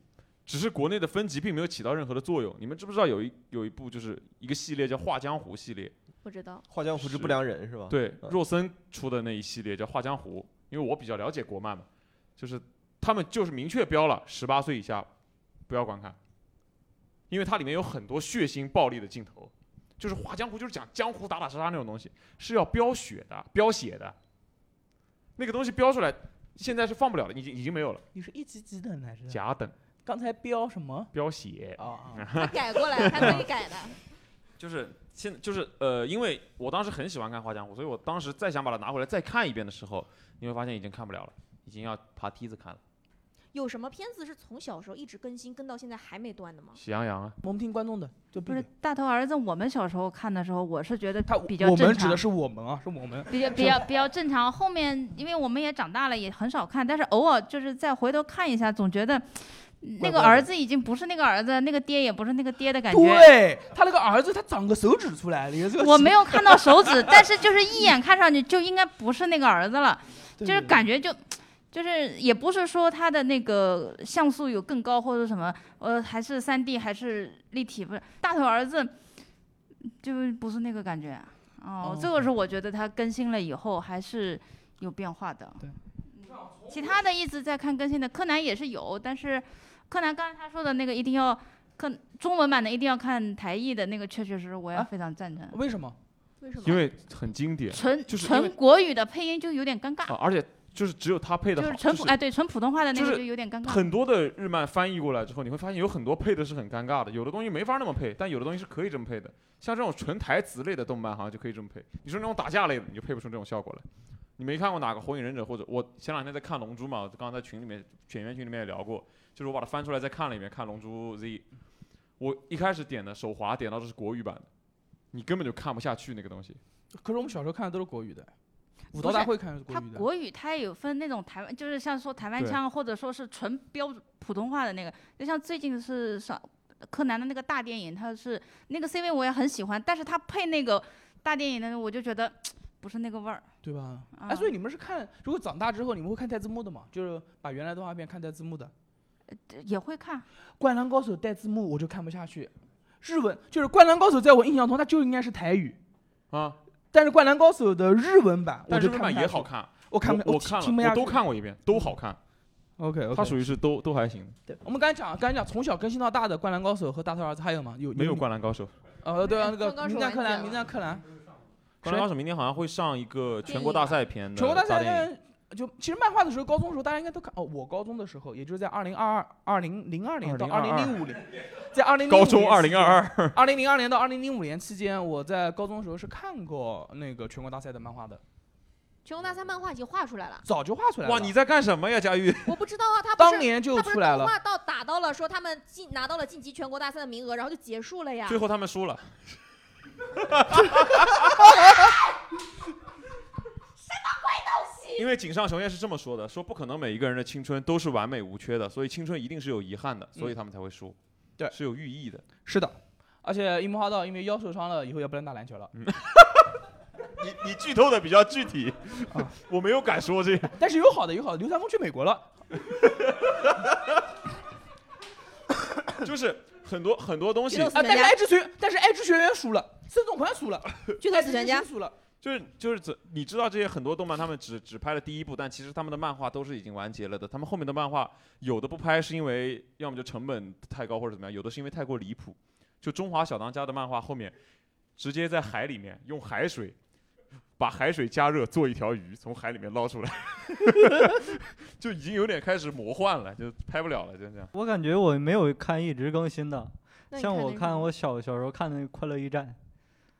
Speaker 1: 只是国内的分级并没有起到任何的作用。你们知不知道有一有一部就是一个系列叫《画江湖》系列？
Speaker 3: 不知道。
Speaker 2: 画江湖之
Speaker 1: 是
Speaker 2: 不良人是吧？，
Speaker 1: 对，
Speaker 2: 嗯
Speaker 1: 若森出的那一系列叫《画江湖》，因为我比较了解国漫嘛，就是他们就是明确标了十八岁以下不要观看，因为它里面有很多血腥暴力的镜头，就是《画江湖》就是讲江湖打打杀杀那种东西，是要飙血的、飙血的，那个东西飙出来，现在是放不了了，已经已经没有了。
Speaker 4: 你是一级级等还是？
Speaker 1: 甲等
Speaker 4: 刚才标什么？
Speaker 1: 标血，
Speaker 4: 啊，
Speaker 3: 他改过来了，他可以改的。
Speaker 1: 就是现就是呃，因为我当时很喜欢看《花江湖》，所以我当时再想把它拿回来再看一遍的时候，你会发现已经看不了了，已经要爬梯子看了。
Speaker 3: 有什么片子是从小时候一直更新，跟到现在还没断的吗？
Speaker 1: 喜羊羊啊，
Speaker 4: 我们听观众的，就
Speaker 6: 不
Speaker 4: 不
Speaker 6: 是大头儿子，我们小时候看的时候，我是觉得
Speaker 4: 他
Speaker 6: 比较
Speaker 4: 我
Speaker 6: 正
Speaker 4: 们指
Speaker 6: 常
Speaker 4: 的是我们啊，是我们。
Speaker 6: 比较比较比较正常。后面因为我们也长大了，也很少看，但是偶尔就是再回头看一下，总觉得那
Speaker 4: 怪
Speaker 6: 个
Speaker 4: 的
Speaker 6: 儿子已经不是那个儿子，那个爹也不是那个爹的感觉。
Speaker 4: 对他那个儿子，他长个手指出来了，有这个
Speaker 6: 我没有看到手 指，但是就是一眼看上去就应该不是那个儿子了，
Speaker 4: 对，
Speaker 6: 就是感觉就。就是也不是说他的那个像素有更高或者什么，呃，还是三 D 还是立体，不是大头儿子，就不是那个感觉。哦，
Speaker 4: 哦
Speaker 6: 这个是我觉得他更新了以后还是有变化的。
Speaker 4: 对
Speaker 6: 其他的一直在看更新的，柯南也是有，但是柯南刚才他说的那个一定要看中文版的，一定要看台译的那个，确确实实我也
Speaker 4: 啊
Speaker 6: 非常赞成。
Speaker 4: 为什么？
Speaker 3: 为什么？
Speaker 1: 因为很经典
Speaker 6: 纯
Speaker 1: 就是因为
Speaker 6: 纯国语的配音就有点尴尬，
Speaker 1: 啊，而且就是只有他配的
Speaker 6: 就
Speaker 1: 好，
Speaker 6: 是纯普哎对纯普通话的那
Speaker 1: 就
Speaker 6: 个
Speaker 1: 是
Speaker 6: 就有点尴尬。
Speaker 1: 很多的日漫翻译过来之后，你会发现有很多配的是很尴尬的，有的东西没法那么配，但有的东西是可以这么配的。像这种纯台词类的动漫，好像就可以这么配。你说那种打架类的，你就配不出这种效果来。你没看过哪个《火影忍者》，或者我前两天在看《龙珠》嘛，刚刚在群里面演员群里面也聊过，就是我把它翻出来再看了一遍，看《龙珠 Z》，我一开始点的手滑点到的是国语版的，你根本就看不下去那个东西。
Speaker 4: 可是我们小时候看的都是国语的，武
Speaker 6: 不
Speaker 4: 道
Speaker 6: 是
Speaker 4: 大会看的是国
Speaker 6: 它
Speaker 4: 语的。
Speaker 6: 国语它也有分那种台湾，就是像说台湾
Speaker 1: 对
Speaker 6: 腔，或者说是纯标准普通话的那个。就像最近是上柯南的那个大电影，它是那个 CV 我也很喜欢，但是它配那个大电影的，我就觉得不是那个味儿。
Speaker 4: 对吧？
Speaker 6: 啊
Speaker 4: 哎，所以你们是看，如果长大之后你们会看带字幕的嘛？就是把原来动画片看带字幕的。
Speaker 6: 也会看，
Speaker 4: 《灌篮高手》带字幕我就看不下去，日文就是《灌篮高手》，在我印象中它就应该是台语，
Speaker 1: 啊，
Speaker 4: 但是《灌篮高手》的日文版我
Speaker 1: 但是
Speaker 4: 就
Speaker 1: 日
Speaker 4: 看
Speaker 1: 版
Speaker 4: 不下
Speaker 1: 也
Speaker 4: 去
Speaker 1: 好，看，
Speaker 4: 我看不
Speaker 1: 我我
Speaker 4: 听
Speaker 1: 看
Speaker 4: 听不
Speaker 1: 了，
Speaker 4: 下
Speaker 1: 我都
Speaker 4: 去。
Speaker 1: 看过一遍，都好看，
Speaker 4: OK OK，
Speaker 1: 它属于是都都还行。
Speaker 4: 对。我们刚才讲，刚才讲从小更新到大的《灌篮高手》和《大头儿子》还有吗？有
Speaker 1: 没有《
Speaker 4: 你
Speaker 1: 灌篮高手》？
Speaker 4: 呃，对啊，那个
Speaker 3: 灌篮高手
Speaker 4: 《名侦探柯南》
Speaker 3: 完结了
Speaker 4: 《名侦探柯南》
Speaker 1: 嗯《灌篮高手》明天好像会上一个全国大赛片的
Speaker 4: 全国大赛
Speaker 1: 电影，
Speaker 4: 但就其实漫画的时候，高中的时候大家应该都看哦。我高中的时候，也就是在二零二二、二零零二年到二零零五年，在二零
Speaker 1: 高中二零二二，
Speaker 4: 二零零二年到二零零五年期间，我在高中的时候是看过那个全国大赛的漫画的，
Speaker 3: 全国大赛漫画已经画出来了，
Speaker 4: 早就画出来了。
Speaker 1: 哇，你在干什么呀，佳玉？
Speaker 3: 我不知道啊，他不
Speaker 4: 当
Speaker 3: 是
Speaker 4: 年就
Speaker 3: 他不是
Speaker 4: 出来
Speaker 3: 动
Speaker 4: 了，
Speaker 3: 画到打到了说他们进拿到了晋级全国大赛的名额，然后就结束了呀
Speaker 1: 最。后他们输了，因为井上雄彦是这么说的：说不可能每一个人的青春都是完美无缺的，所以青春一定是有遗憾的，所以他们才会输。
Speaker 4: 嗯对
Speaker 1: 是有寓意的。
Speaker 4: 是的。而且樱木花道因为腰受伤了，以后也不能打篮球了。
Speaker 1: 你你剧透的比较具体
Speaker 4: 啊，
Speaker 1: 我没有敢说
Speaker 5: 嗯
Speaker 1: 这个。
Speaker 4: 但是有好的，有好的。刘三丰去美国了，
Speaker 1: 就是很多很多东西
Speaker 3: 剧，透死
Speaker 4: 啊，但
Speaker 3: 全
Speaker 4: 是
Speaker 3: 家，
Speaker 4: 爱知学，但是爱知学院输了，孙仲宽输了，
Speaker 3: 剧透
Speaker 4: 爱
Speaker 3: 死
Speaker 4: 知
Speaker 3: 全
Speaker 4: 学
Speaker 3: 家
Speaker 4: 院。输了。
Speaker 1: 就是就是怎你知道这些很多动漫，他们只只拍了第一部，但其实他们的漫画都是已经完结了的。他们后面的漫画有的不拍是因为要么就成本太高或者怎么样，有的是因为太过离谱。就《中华小当家》的漫画后面，直接在海里面用海水把海水加热做一条鱼，从海里面捞出来， 就已经有点开始魔幻了，就拍不了了，就这样。
Speaker 5: 我感觉我没有看一直更新的，
Speaker 3: 那你
Speaker 5: 像
Speaker 3: 那
Speaker 5: 我
Speaker 3: 个
Speaker 5: 看我小小时候看的那个《快乐驿站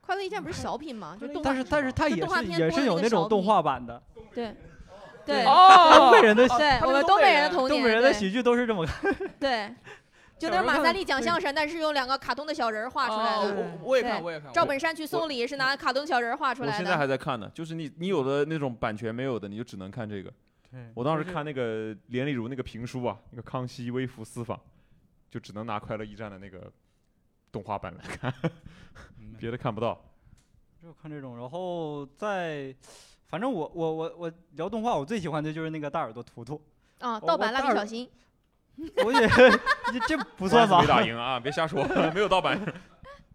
Speaker 3: 快乐驿站不是小品吗？就》，动画
Speaker 5: 但是但是它
Speaker 3: 就
Speaker 5: 也
Speaker 3: 动画
Speaker 5: 是
Speaker 3: 片
Speaker 5: 也
Speaker 3: 多了
Speaker 5: 是
Speaker 3: 一
Speaker 5: 有
Speaker 3: 个
Speaker 5: 那
Speaker 3: 小
Speaker 5: 种动
Speaker 3: 品
Speaker 5: 画版的，
Speaker 3: 对对
Speaker 5: 东
Speaker 4: 哦，
Speaker 5: 北人的
Speaker 3: 对，
Speaker 4: 他
Speaker 3: 我
Speaker 4: 们
Speaker 3: 们
Speaker 4: 东北
Speaker 3: 北人
Speaker 4: 人
Speaker 3: 的童年，
Speaker 5: 东北人的喜剧都是这么看。
Speaker 3: 对，就
Speaker 4: 小
Speaker 3: 那种
Speaker 4: 时候
Speaker 3: 马
Speaker 4: 看
Speaker 3: 三立讲
Speaker 4: 对
Speaker 3: 相声，但是用两个卡通的小人儿画出来的。
Speaker 4: 哦我我也看，
Speaker 3: 对
Speaker 4: 我也看。
Speaker 3: 赵
Speaker 4: 我
Speaker 3: 本山去送礼是拿卡通小人儿画出
Speaker 1: 我
Speaker 3: 来
Speaker 1: 现在
Speaker 3: 的。
Speaker 1: 还在看呢，就是你你有的那种版权没有的，你就只能看这个。我当时看那个连丽如那个评书啊，那个《康熙微服私访》，就只能拿《快乐驿站》的那个动画版来看，
Speaker 4: 明白
Speaker 1: 别的看不到。
Speaker 5: 就看这种，然后再，反正我我我我聊动画，我最喜欢的就是那个大耳朵图图，
Speaker 3: 啊，
Speaker 5: 我
Speaker 3: 盗
Speaker 5: 我
Speaker 3: 版蜡笔
Speaker 5: 大
Speaker 3: 小
Speaker 5: 耳
Speaker 3: 新，
Speaker 5: 我也 这这不
Speaker 1: 不
Speaker 5: 算吧
Speaker 1: 没？打赢啊，别瞎说，没有盗版。
Speaker 4: 啊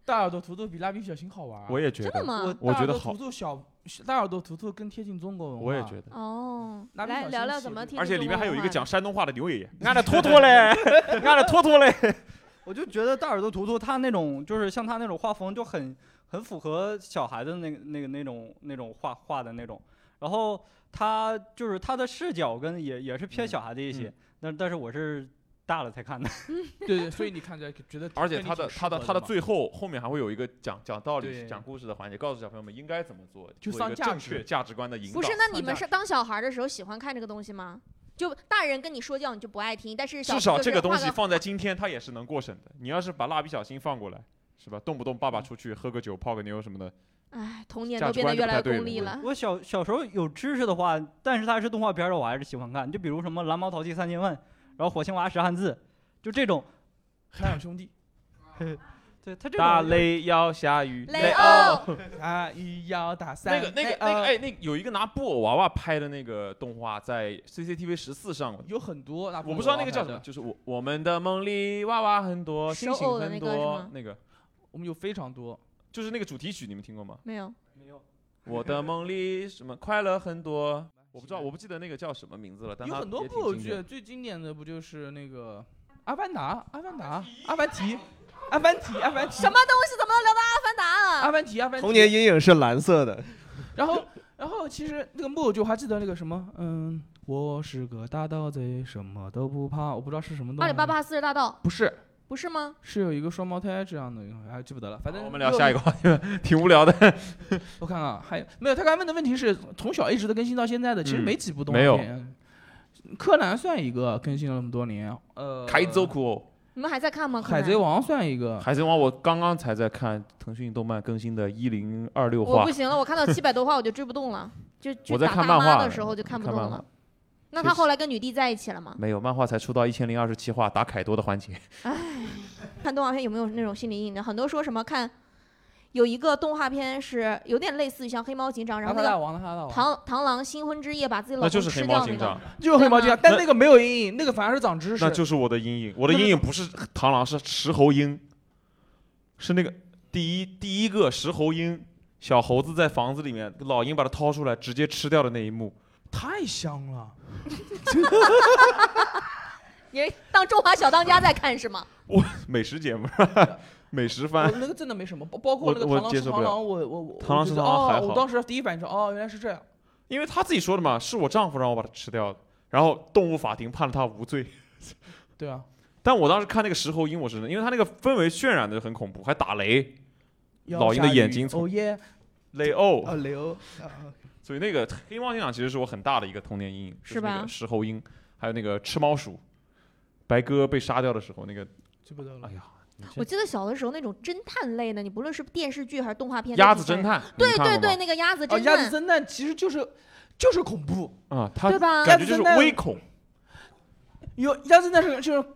Speaker 4: 大耳朵图图比蜡笔小新好玩儿。
Speaker 1: 我也觉
Speaker 3: 真的
Speaker 1: 得，
Speaker 3: 吗？
Speaker 1: 我
Speaker 4: 大
Speaker 1: 觉
Speaker 4: 耳
Speaker 1: 得
Speaker 4: 朵
Speaker 1: 好
Speaker 4: 图，图小大耳朵图图更贴近中国文化。
Speaker 1: 我也觉得。
Speaker 3: 哦，
Speaker 4: 蜡笔
Speaker 3: 来
Speaker 4: 小
Speaker 3: 聊
Speaker 4: 新
Speaker 3: 聊
Speaker 4: 系
Speaker 3: 怎么
Speaker 4: 列
Speaker 3: 听。
Speaker 1: 而且里面还有一个讲山东话的牛爷爷，俺的坨坨嘞， 俺的坨坨嘞。
Speaker 5: 我就觉得大耳朵图图他那种就是像他那种画风就很很符合小孩的那个那个那种那种画画的那种。然后他就是他的视角跟也也是偏小孩子一
Speaker 1: 嗯
Speaker 5: 些，但、但是我是大了才看的，
Speaker 4: 对对，所以你看起来觉得，
Speaker 1: 而且他的他的他的
Speaker 4: 最
Speaker 1: 最后后面还会有一个讲讲道理、
Speaker 4: 对
Speaker 1: 讲故事的环节，告诉小朋友们应该怎么做，
Speaker 4: 就
Speaker 1: 做一
Speaker 4: 丧
Speaker 1: 个
Speaker 4: 价
Speaker 1: 正
Speaker 4: 值
Speaker 1: 确价值观的引导
Speaker 3: 不。是，那你
Speaker 4: 放
Speaker 3: 们
Speaker 4: 假
Speaker 3: 是当小孩的时候喜欢看这个东西吗？就大人跟你说教，你就不爱听，但是小
Speaker 1: 至少
Speaker 3: 朋友
Speaker 1: 这
Speaker 3: 就
Speaker 1: 个
Speaker 3: 是
Speaker 1: 东
Speaker 3: 画
Speaker 1: 西放在今天，它也是能过审的。你要是把蜡笔小新放过来，是吧？动不动爸
Speaker 3: 嗯
Speaker 1: 爸出去喝个酒、泡个妞什么的，
Speaker 3: 哎，童年
Speaker 1: 价
Speaker 3: 都
Speaker 1: 值
Speaker 3: 变得
Speaker 1: 观
Speaker 3: 越
Speaker 1: 就不
Speaker 3: 来
Speaker 1: 太
Speaker 3: 越
Speaker 1: 对
Speaker 3: 功
Speaker 1: 了
Speaker 3: 利
Speaker 1: 对
Speaker 3: 了。
Speaker 5: 我小小时候有知识的话，但是它是动画片儿的，我还是喜欢看，就比如什么蓝猫淘气三千问，然后火星娃识汉字，就这种，
Speaker 4: 海洋 兄弟，
Speaker 5: 对他这种
Speaker 4: 打雷要下雨，
Speaker 3: 雷
Speaker 5: 哦
Speaker 3: 欧，
Speaker 5: 哎
Speaker 4: 下雨要打伞，
Speaker 1: 那个、那个、
Speaker 5: 呃
Speaker 3: 呃
Speaker 1: 那个，哎，那有一个拿布偶娃娃拍的那个动画，在 CCTV 十四上，
Speaker 4: 有很多，
Speaker 1: 我不知道那个叫什么，，就是我我们的梦里娃娃很多，
Speaker 3: 手
Speaker 1: 星
Speaker 3: 偶的
Speaker 1: 星很
Speaker 3: 那个是
Speaker 1: 多
Speaker 3: 吗，
Speaker 1: 那个
Speaker 4: 我们有非常多，
Speaker 1: 就是那个主题曲，你们听过吗？
Speaker 3: 没有，
Speaker 5: 没有
Speaker 1: 我的梦里什么快乐 很多，我不知道，我不记得那个叫什么名字了，但
Speaker 4: 有
Speaker 1: 它
Speaker 4: 很多
Speaker 1: 也挺
Speaker 4: 布偶
Speaker 1: 经
Speaker 4: 剧，
Speaker 1: 典
Speaker 4: 最经典的不就是那个《阿凡达》《阿凡达》《阿凡提》《阿凡提》《阿凡提》
Speaker 3: 什么东西怎么能聊到阿凡达
Speaker 4: 阿
Speaker 3: 了？
Speaker 4: 凡提》《阿凡提
Speaker 2: 童》。年阴影是蓝色的，
Speaker 4: 然后，然后其实那个木偶剧我还记得那个什么，嗯，我是个大盗贼，什么都不怕，我不知道是什么动
Speaker 3: 阿
Speaker 4: 画
Speaker 3: 里
Speaker 4: 片。
Speaker 3: 巴巴四十大盗
Speaker 4: 不是，
Speaker 3: 不是吗？
Speaker 4: 是有一个双胞胎这样的，哎，记不得了。反正
Speaker 1: 好我们聊下一个话题吧， 挺无聊的。
Speaker 4: 我看看啊，还有没有？他刚才问的问题是从小一直都更新到现在的，其实
Speaker 1: 嗯
Speaker 4: 没几部动画
Speaker 1: 没有
Speaker 4: 片。柯南算一个更新了那么多年，呃，
Speaker 1: 凯泽酷哦，
Speaker 3: 你们还在看吗？柯
Speaker 4: 海
Speaker 3: 南
Speaker 4: 贼王算一个，
Speaker 1: 海贼王，我刚刚才在看腾讯动漫更新的一零二六
Speaker 3: 我
Speaker 1: 话
Speaker 3: 不，行了，我看到七百多话我就追不动了，就就
Speaker 1: 我在
Speaker 3: 打
Speaker 1: 看
Speaker 3: 大
Speaker 1: 漫
Speaker 3: 妈
Speaker 1: 画
Speaker 3: 的
Speaker 1: 了
Speaker 3: 时候就看不
Speaker 1: 看
Speaker 3: 动
Speaker 1: 漫
Speaker 3: 了
Speaker 1: 画。
Speaker 3: 那
Speaker 1: 确
Speaker 3: 他后来跟女帝在一起了吗？
Speaker 1: 没有漫画才出到一千零二十七话，打凯多的环节。
Speaker 3: 看动画片有没有那种心理阴影的？很多说什么看，有一个动画片是有点类似于像黑猫警长，然
Speaker 4: 然
Speaker 3: 后
Speaker 4: 后
Speaker 3: 那
Speaker 4: 他大
Speaker 3: 个
Speaker 4: 王，他大王，
Speaker 3: 螳螳螂新婚之夜把自己老
Speaker 1: 那就
Speaker 3: 公
Speaker 1: 是
Speaker 3: 吃
Speaker 1: 黑
Speaker 3: 掉
Speaker 1: 猫
Speaker 3: 那
Speaker 1: 警
Speaker 3: 个
Speaker 1: 长，，
Speaker 4: 就是黑猫警长，但
Speaker 1: 那
Speaker 4: 那个没有阴影，那个反而是长知识。
Speaker 1: 那就是我的阴影。我的阴影不是螳螂，是石猴鹰，是那个第一第一个石猴鹰，小猴子在房子里面，老鹰把它掏出来直接吃掉的那一幕。
Speaker 4: 太香了，
Speaker 3: 你是当中华小当家在看 是吗？
Speaker 1: 美食节目， 美食
Speaker 4: 我
Speaker 1: 番。
Speaker 4: 那个真的没什么，包包括那个
Speaker 1: 我
Speaker 4: 螳
Speaker 1: 我
Speaker 4: 螂
Speaker 1: 接
Speaker 4: 是
Speaker 1: 受
Speaker 4: 螳
Speaker 1: 不了
Speaker 4: 螂，我我我
Speaker 1: 螳螂
Speaker 4: 是
Speaker 1: 是螳螂还
Speaker 4: 哦，我
Speaker 1: 好
Speaker 4: 当时第一反应是哦，原来是这样。
Speaker 1: 因为他自己说的嘛，是我丈夫让我把它吃掉的，然后动物法庭判了他无罪。
Speaker 4: 对啊，
Speaker 1: 但我当时看那个石猴鹰，我是因为他那个氛围渲染的很恐怖，还打雷老鹰的眼睛从
Speaker 4: 哦耶，
Speaker 1: 雷欧，
Speaker 4: 啊流，
Speaker 1: 所以那个黑猫警长其实是我很大的一个童年阴影，就是
Speaker 3: 吧
Speaker 1: 那个石猴鹰，还有那个吃猫鼠，白鸽被杀掉的时候，那个
Speaker 4: 记不得了
Speaker 1: 哎。呀，
Speaker 3: 我记得小的时候那种侦探类的，你不论是电视剧还是动画片，
Speaker 1: 鸭
Speaker 3: 都
Speaker 1: 子
Speaker 3: 挺吓
Speaker 1: 侦
Speaker 3: 人，
Speaker 1: 探，你
Speaker 3: 对
Speaker 1: 们看
Speaker 3: 对
Speaker 1: 过
Speaker 3: 对，
Speaker 1: 吗，
Speaker 3: 那个鸭子
Speaker 4: 哦，
Speaker 3: 侦
Speaker 4: 鸭
Speaker 3: 探
Speaker 4: 子，侦探其实就是就是恐怖，
Speaker 1: 啊，他
Speaker 3: 对吧？
Speaker 1: 感觉就是
Speaker 4: 鸭子侦探
Speaker 1: 微恐，
Speaker 4: 有鸭子侦探是就是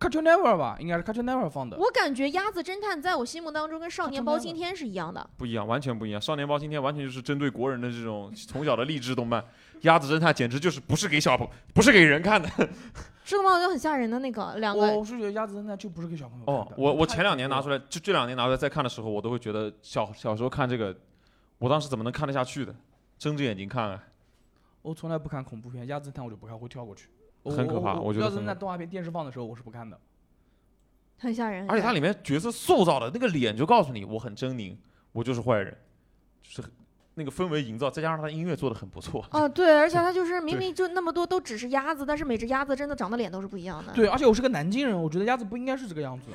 Speaker 4: Cartoon Network 吧，应该是 Cartoon Network 放的。
Speaker 3: 我感觉鸭子侦探在我心目当中跟少
Speaker 4: 它
Speaker 3: 年
Speaker 4: 中
Speaker 3: 包
Speaker 4: 间
Speaker 3: 青
Speaker 4: 了
Speaker 3: 天是一样的。
Speaker 1: 不一样，完全不一样。少年包青天完全就是针对国人的这种从小的励志动漫，鸭子侦探简直就是不是给小朋不是给人看的。
Speaker 3: 是的吗？我觉得很吓人的那个两个，
Speaker 4: 我我是觉得鸭子侦探就不是给小朋友看
Speaker 1: 哦
Speaker 4: 的，
Speaker 1: 我我
Speaker 4: 太
Speaker 1: 前两年
Speaker 4: 恐
Speaker 1: 拿
Speaker 4: 怖
Speaker 1: 出来，就这两年拿出来再看的时候，我都会觉得小小时候看这个，我当时怎么能看得下去的？睁着眼睛看啊。
Speaker 4: 了，我从来不看恐怖片，鸭子侦探我就不看，会跳过去。我
Speaker 1: 很可怕
Speaker 4: 我
Speaker 1: 我觉得
Speaker 4: 鸭子
Speaker 1: 很
Speaker 4: 侦
Speaker 1: 可
Speaker 4: 探动画片电视放的时候我是不看的。
Speaker 3: 很吓
Speaker 4: 嗯
Speaker 3: 人。
Speaker 1: 而且它
Speaker 3: 里
Speaker 1: 里面角色塑造的那个脸就告诉你，我很狰狞，我就是坏人，就是很那个氛围营造，再加上它的音乐做的很不错。
Speaker 4: 哦
Speaker 3: 啊，对，而且它就是明
Speaker 1: 对
Speaker 3: 明就那么多都只是鸭子，但是每只鸭子真的长得脸都是不一样的。
Speaker 4: 对，而且我是个南京人，我觉得鸭子不应该是这个样子。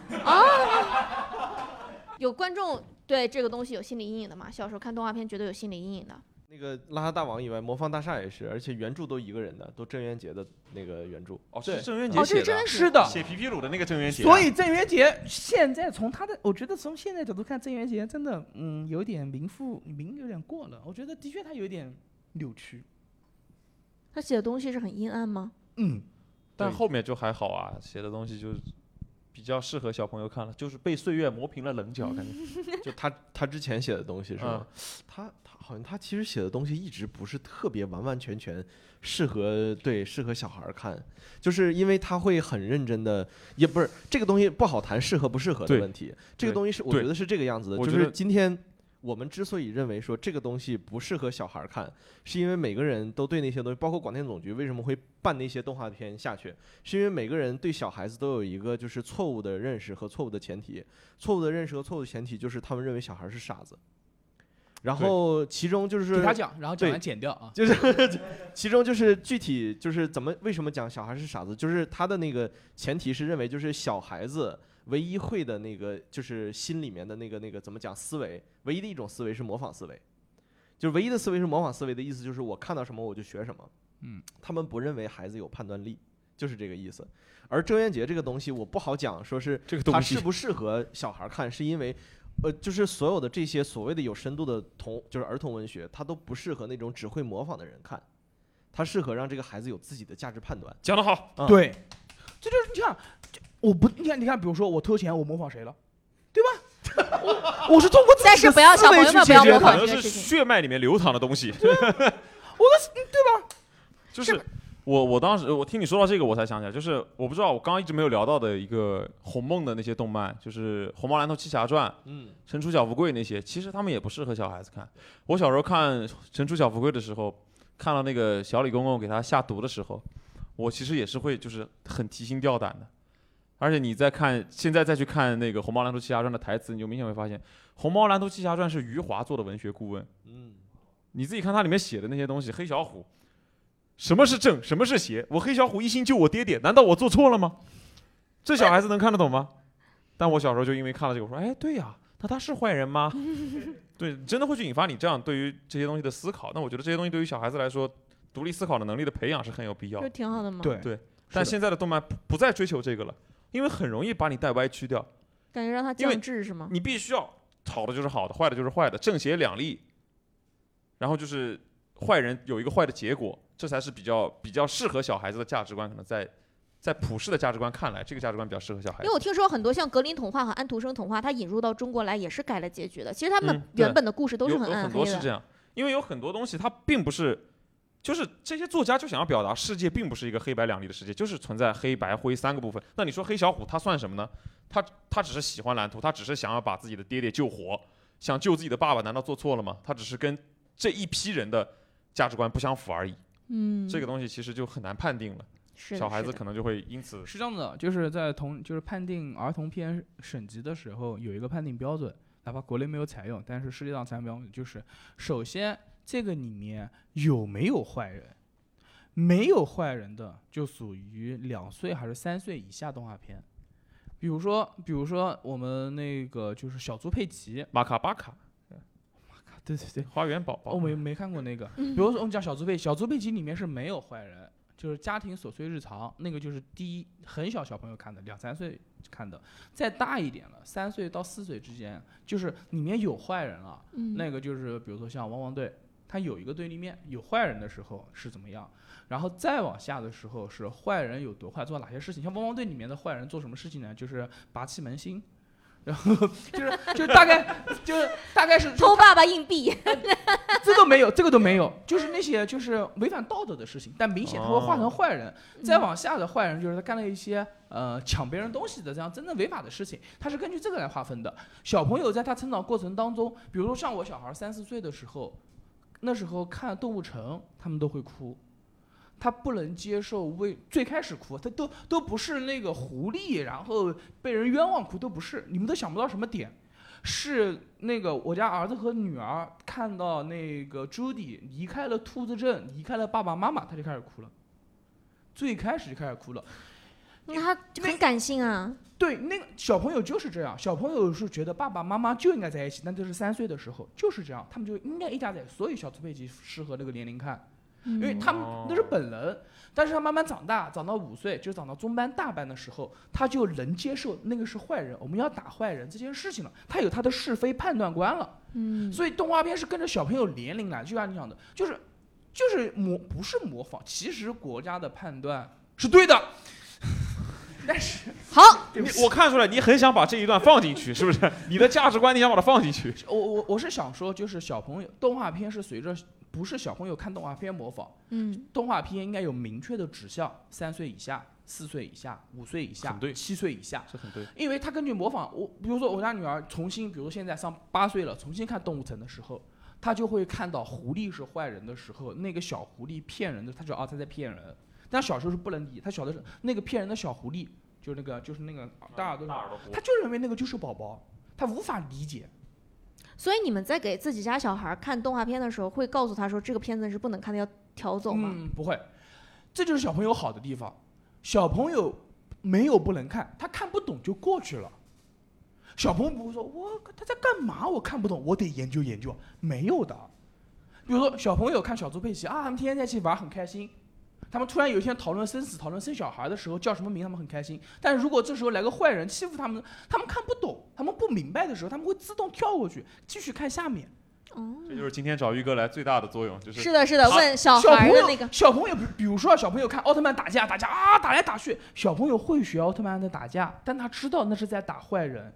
Speaker 3: 有观众对这个东西有心理阴影的吗？小时候看动画片觉得有心理阴影的，
Speaker 2: 那个《邋遢大王》以外，《魔方大厦》也是，而且原著都一个人的，都郑渊洁的那个原著。
Speaker 1: 哦，
Speaker 2: 这是
Speaker 1: 郑渊
Speaker 3: 哦，这是真的
Speaker 4: 是的，
Speaker 1: 写皮皮鲁的那个郑渊洁啊，
Speaker 4: 所以郑渊洁现在从他的，我觉得从现在角度看，郑渊洁真的，嗯，有点名副名有点过了。我觉得的确他有点扭曲。
Speaker 3: 他写的东西是很阴暗吗？
Speaker 4: 嗯，
Speaker 1: 但
Speaker 4: 对
Speaker 1: 后面就还好啊，写的东西就比较适合小朋友看了，就是被岁月磨平了棱角，感觉。
Speaker 4: 嗯
Speaker 2: 就他他之前写的东西是
Speaker 1: 嗯
Speaker 2: 吧？他他好像他其实写的东西一直不是特别完完全全适合对适合小孩儿看，就是因为他会很认真的，也不是这个东西不好谈适合不适合的
Speaker 1: 对
Speaker 2: 问题。这个
Speaker 1: 对
Speaker 2: 东西是我
Speaker 1: 对
Speaker 2: 觉得是这个样子的，
Speaker 1: 我
Speaker 2: 就
Speaker 1: 觉
Speaker 2: 是
Speaker 1: 得
Speaker 2: 今天。我们之所以认为说这个东西不适合小孩儿看，是因为每个人都对那些东西，包括广电总局为什么会办那些动画片下去，是因为每个人对小孩子都有一个就是错误的认识和错误的前提。错误的认识和错误的前提就是他们认为小孩是傻子。然后其中就是
Speaker 4: 给他讲，然后讲
Speaker 2: 对
Speaker 4: 完剪掉啊。
Speaker 2: 就是其中就是具体就是怎么为什么讲小孩是傻子，就是他的那个前提是认为就是小孩子唯一会的那个就是心里面的那个那个怎么讲思维，唯一的一种思维是模仿思维，就是唯一的思维是模仿思维的意思就是我看到什么我就学什么，
Speaker 8: 嗯，
Speaker 2: 他们不认为孩子有判断力，就是这个意思。而郑渊洁这个东西我不好讲说是
Speaker 8: 这个
Speaker 2: 它
Speaker 8: 东西
Speaker 2: 适不适合小孩儿看，是因为，呃，就是所有的这些所谓的有深度的童，就是儿童文学，它都不适合那种只会模仿的人看，它适合让这个孩子有自己的价值判断。
Speaker 1: 讲得好，
Speaker 2: 啊
Speaker 4: 对，嗯这就是你看，这我不，你看，你看，比如说我偷钱，我模仿谁了，对吧？ 我我是通过自己的
Speaker 3: 但是不要
Speaker 4: 思
Speaker 3: 小
Speaker 4: 维
Speaker 3: 朋友
Speaker 4: 去
Speaker 3: 们不
Speaker 4: 解
Speaker 3: 要
Speaker 4: 决
Speaker 3: 模
Speaker 4: 的
Speaker 1: 可
Speaker 3: 仿这
Speaker 1: 能
Speaker 3: 个
Speaker 1: 是
Speaker 3: 事情。啊
Speaker 1: 血脉里面流淌的东西。
Speaker 3: 嗯
Speaker 4: 我的
Speaker 1: 就是我我当时我听你说到这个，我才想起来，就是我不知道我刚刚一直没有聊到的一个红梦的那些动漫，就是《红毛蓝头七侠传》
Speaker 2: 嗯，
Speaker 1: 《神厨小福贵》那些，其实他们也不适合小孩子看。我小时候看《神厨小福贵》的时候，看到那个小李公公给他下毒的时候，我其实也是会就是很提心吊胆的。而且你再看现在再去看那个《红毛蓝头七侠传》的台词，你就明显会发现，《红毛蓝头七侠传》是余华做的文学顾问。
Speaker 2: 嗯，
Speaker 1: 你自己看它里面写的那些东西，黑小虎，什么是正，什么是邪？我黑小虎一心救我爹爹，难道我做错了吗？这小孩子能看得懂吗？但我小时候就因为看了这个，我说，哎，对呀、那他是坏人吗？对，真的会去引发你这样对于这些东西的思考。那我觉得这些东西对于小孩子来说，独立思考的能力的培养是很有必要
Speaker 3: 就
Speaker 1: 的。
Speaker 3: 挺好的嘛，
Speaker 4: 对
Speaker 1: 但
Speaker 4: 是
Speaker 1: 现在的动漫不不再追求这个了，因为很容易把你带歪曲掉。
Speaker 3: 感觉让他
Speaker 1: 因为
Speaker 3: 降智是吗？
Speaker 1: 你必须要好的就是好的，坏的就是坏的，正邪两立，然后就是坏人有一个坏的结果，这才是比较比较适合小孩子的价值观，可能在在普世的价值观看来，这个价值观比较适合小孩
Speaker 3: 因为
Speaker 1: 子。
Speaker 3: 我听说很多像格林童话和安徒生童话，它引入到中国来也是改了结局的。其实他们
Speaker 1: 嗯对
Speaker 3: 原本的故事都是
Speaker 1: 有
Speaker 3: 很
Speaker 1: 有
Speaker 3: 暗
Speaker 1: 很
Speaker 3: 黑
Speaker 1: 多是这
Speaker 3: 的。
Speaker 1: 样，因为有很多东西它并不是，就是这些作家就想要表达世界并不是一个黑白两立的世界，就是存在黑白灰三个部分。那你说黑小虎他算什么呢？他他只是喜欢蓝图，他只是想要把自己的爹爹救活，想救自己的爸爸，难道做错了吗？他只是跟这一批人的价值观不相符而已。
Speaker 3: 嗯，
Speaker 1: 这个东西其实就很难判定了，
Speaker 3: 是的
Speaker 1: 小孩
Speaker 3: 是
Speaker 1: 子
Speaker 3: 的
Speaker 1: 可能就会因此
Speaker 4: 是这样的，就是在同就是判定儿童片审级的时候，有一个判定标准，哪怕国内没有采用，但是世界上采用标准就是，首先这个里面有没有坏人，没有坏人的就属于两岁还是三岁以下动画片。比如说，比如说我们那个就是小猪佩奇，
Speaker 1: 马卡巴卡
Speaker 4: 对对对，
Speaker 1: 花园宝宝，
Speaker 4: 我哦没没看过那个。
Speaker 3: 嗯
Speaker 4: 比如说我们讲小猪佩奇，小猪佩奇里面是没有坏人，就是家庭琐碎日常，那个就是第一很小小朋友看的，两三岁看的，再大一点了，三岁到四岁之间，就是里面有坏人了，
Speaker 3: 嗯
Speaker 4: 那个就是比如说像汪汪队，它有一个对立面，有坏人的时候是怎么样，然后再往下的时候是坏人有多坏，做哪些事情。像汪汪队里面的坏人做什么事情呢？就是拔气门芯。 然后就是就是大概就是大概是
Speaker 3: 偷爸爸硬 币，
Speaker 4: 这都没有，这个都没有，就是那些就是违反道德的事情，但明显他会画成坏人。再往下的坏人就是他干了一些呃抢别人东西的这样真正违法的事情，他是根据这个来划分的。小朋友在他成长过程当中，比如说像我小孩三四岁的时候，那时候看《动物城》，他们都会哭。他不能接受为最开始哭，他都都不是那个狐狸，然后被人冤枉哭都不是，你们都想不到什么点，是那个我家儿子和女儿看到那个朱迪离开了兔子镇，离开了爸爸妈妈，他就开始哭了，最开始就开始哭了。
Speaker 3: 那他很感性啊。
Speaker 4: 对，那个小朋友就是这样，小朋友是觉得爸爸妈妈就应该在一起，那就是三岁的时候就是这样，他们就应该一家在一起，所以小猪佩奇适合那个年龄看。因为他们那是本能，但是他慢慢长大，长到五岁，就是长到中班、大班的时候，他就能接受那个是坏人，我们要打坏人这件事情了，他有他的是非判断观了。
Speaker 3: 嗯，
Speaker 4: 所以动画片是跟着小朋友年龄来，就像你讲的，就是就是模不是模仿，其实国家的判断是对的， 但是
Speaker 3: 好，
Speaker 4: 对不
Speaker 1: 你
Speaker 4: 起
Speaker 1: 我看出来你很想把这一段放进去，是不是？你的价值观你想把它放进去，
Speaker 4: 我我我是想说，就是小朋友动画片是随着不是小朋友看动画片模仿，
Speaker 3: 嗯，
Speaker 4: 动画片应该有明确的指向，三岁以下、四岁以下、五岁以下
Speaker 1: 很、对
Speaker 4: 七岁以下，
Speaker 1: 这很对。
Speaker 4: 因为他根据模仿，我比如说我家女儿重新，比如说现在上八岁了，重新看《动物城》的时候，她就会看到狐狸是坏人的时候，那个小狐狸骗人的，她就啊她在骗人，但小时候是不能理，她小的时候那个骗人的小狐狸，就是那个就是那个大耳朵，
Speaker 1: 朵
Speaker 4: 她就认为那个就是宝宝，她无法理解，
Speaker 3: 所以你们在给自己家小孩看动画片的时候，会告诉他说这个片子是不能看的，要调走吗？
Speaker 4: 嗯，不会，这就是小朋友好的地方。小朋友没有不能看，他看不懂就过去了。小朋友不会说“我他在干嘛？我看不懂，我得研究研究。”没有的。比如说，小朋友看小猪佩奇啊，他们天天在一起玩很开心。他们突然有一天讨论生死、讨论生小孩的时候叫什么名，他们很开心。但是如果这时候来个坏人欺负他们，他们看不懂，他们不明白的时候，他们会自动跳过去，继续看下面。
Speaker 3: 哦，
Speaker 1: 这就是今天找玉哥来最大的作用，就是
Speaker 3: 是的，是的，
Speaker 1: 他
Speaker 3: 问小
Speaker 4: 小
Speaker 3: 孩
Speaker 4: 朋
Speaker 3: 儿的
Speaker 4: 友
Speaker 3: 那个，
Speaker 4: 小朋友，比比如说小朋友看奥特曼打架，打架啊，打来打去，小朋友会学奥特曼的打架，但他知道那是在打坏人。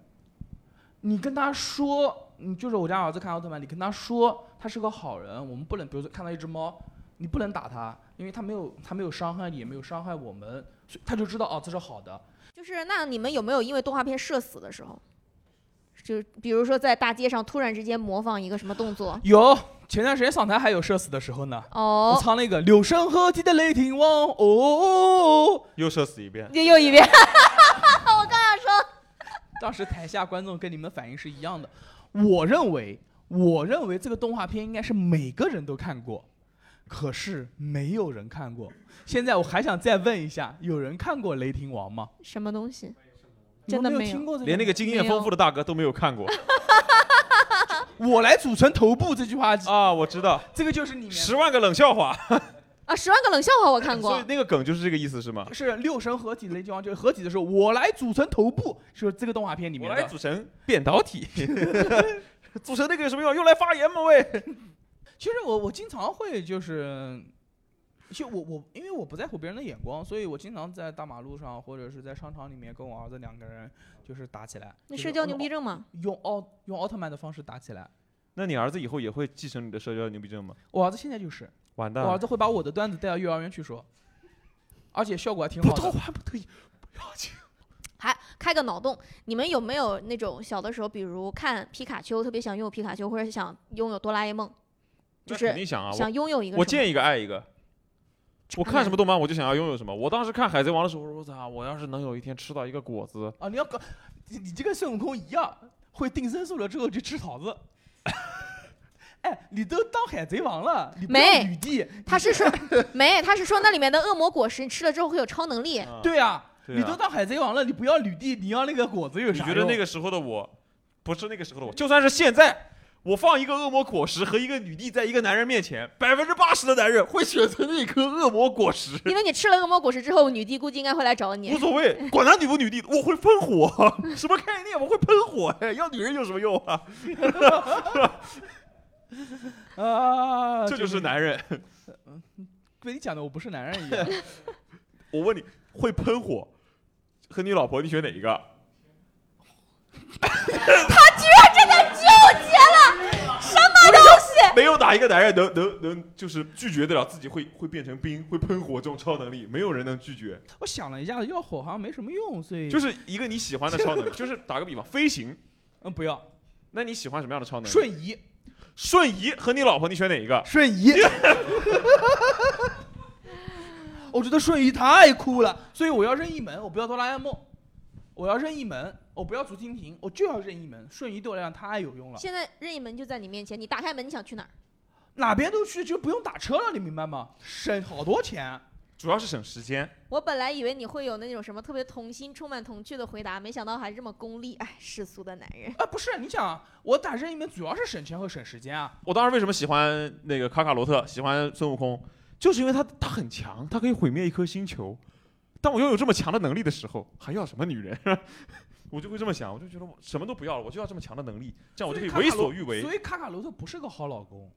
Speaker 4: 你跟他说，你就是我家儿子看奥特曼，你跟他说他是个好人，我们不能，比如说看到一只猫，你不能打它，因为它没有它没有伤害你，也没有伤害我们，所以他就知道哦，这是好的。
Speaker 3: 就是那你们有没有因为动画片社死的时候？就比如说在大街上突然之间模仿一个什么动作？
Speaker 4: 有前段时间上台还有社死的时候呢，我
Speaker 3: 哦，
Speaker 4: 唱那个柳生河堤的雷霆王，哦哦哦哦
Speaker 1: 又射死一遍。
Speaker 3: 又又一 遍，
Speaker 4: 当时台下观众跟你们反应是一样的。我认为，我认为这个动画片应该是每个人都看过，可是没有人看过。现在我还想再问一下，有人看过《雷霆王》吗？
Speaker 3: 什么东西？
Speaker 4: 你
Speaker 3: 真
Speaker 4: 们
Speaker 3: 的
Speaker 4: 没
Speaker 3: 没有
Speaker 4: 听过这个？
Speaker 1: 连那个经验丰富的大哥都没有看过
Speaker 4: 我来组成头部这句话，
Speaker 1: 啊！我知道，
Speaker 4: 这个就是里面
Speaker 1: 十万个冷笑话，
Speaker 3: 啊，十万个冷笑话我看
Speaker 1: 所
Speaker 3: 过
Speaker 1: 以。那个梗就是这个意思是吗？
Speaker 4: 是六神合体的雷霆王，就是合体的时候，我来组成头部，是这个动画片里
Speaker 1: 我
Speaker 4: 面
Speaker 1: 来
Speaker 4: 的。
Speaker 1: 组成变导体， 组成那个有什么用？用来发言吗？喂，
Speaker 4: 其实我我经常会就是，其实我我因为我不在乎别人的眼光，所以我经常在大马路上或者是在商场里面跟我儿子两个人就是打起来。
Speaker 3: 那
Speaker 4: 就是
Speaker 3: 社交
Speaker 4: 用
Speaker 3: 牛逼
Speaker 4: 奥
Speaker 3: 症吗？
Speaker 4: 用奥用奥特曼的方式打起来。
Speaker 1: 那你儿子以后也会继承你的社交牛逼症吗？
Speaker 4: 我儿子现在就是，
Speaker 1: 完蛋
Speaker 4: 我儿
Speaker 1: 了，
Speaker 4: 子会把我的段子带到幼儿园去说，而且效果还挺好的。
Speaker 3: 还开个脑洞，你们有没有那种小的时候，比如看皮卡丘，特别想拥有皮卡丘，或者想拥有哆啦 A 梦，就
Speaker 1: 那
Speaker 3: 是
Speaker 1: 肯定想啊！我
Speaker 3: 想拥有一个什么？
Speaker 1: 我见一个爱一个。我看什么动漫，我就想要拥有什么。我当时看《海贼王》的时候，我说：“我操！我要是能有一天吃到一个果子，
Speaker 4: 啊，你要搞，你你这跟孙悟空一样，会定身术了之后去吃桃子。 哎，你都当海贼王了，你不要
Speaker 3: 没
Speaker 4: 女帝，
Speaker 3: 他是说没，他是说那里面的恶魔果实，你吃了之后会有超能力。
Speaker 4: 对啊。
Speaker 1: 对
Speaker 4: 你
Speaker 1: 啊
Speaker 4: 都当海贼王了，你不要吕地，你要那个果子有
Speaker 1: 你
Speaker 4: 啥
Speaker 1: 觉得
Speaker 4: 用
Speaker 1: 那个时候的我，不是那个时候的我，就算是现在，我放一个恶魔果实和一个女帝在一个男人面前，百分之八十的男人会选择那颗恶魔果实，
Speaker 3: 因为你吃了恶魔果实之后，女帝估计应该会来找
Speaker 1: 无
Speaker 3: 你。
Speaker 1: 所谓，管他女不女帝，我会喷火， 什么概念？我会喷火哎，要女人有什么用啊？
Speaker 4: 啊？
Speaker 1: 这就是男人。
Speaker 4: 跟你讲的，我不是男人一 样。
Speaker 1: 我问你，会喷火和你老婆，你选哪一个？没有哪一个男人能能能就是拒绝得了自己会会变成冰、会喷火这种超能力，没有人能拒绝。
Speaker 4: 我想了一下子，要火好像没什么用，所以
Speaker 1: 就是一个你喜欢的超 能力，就是打个比方，飞行。
Speaker 4: 嗯，不要
Speaker 1: 那你喜欢什么样的超能力？
Speaker 4: 瞬移，
Speaker 1: 瞬移和你老婆，你选哪一个？
Speaker 4: 瞬移。 我觉得瞬移太酷了，所以我要任意门，我不要哆啦 A 梦，我要任意门，我不要竹蜻蜓，我就要任意门。瞬移对我来讲太有用了，
Speaker 3: 现在任意门就在你面前，你打开门，你想去哪儿？
Speaker 4: 哪边都去就不用打车了，你明白吗？省好多钱。啊
Speaker 1: 主要是省时间。
Speaker 3: 我本来以为你会有那种什么特别童心、充满童趣的回答，没想到还这么功利。哎，世俗的男人。
Speaker 4: 啊，不是，你想啊，我打任意门主要是省钱和省时间啊。
Speaker 1: 我当时为什么喜欢那个卡卡罗特，喜欢孙悟空，就是因为他他很强，他可以毁灭一颗星球。当我拥有这么强的能力的时候，还要什么女人？ 我就会这么想，我就觉得我什么都不要了，我就要这么强的能力，这样我就可以为所欲为
Speaker 4: 哦所。以卡卡罗特不是个好老公，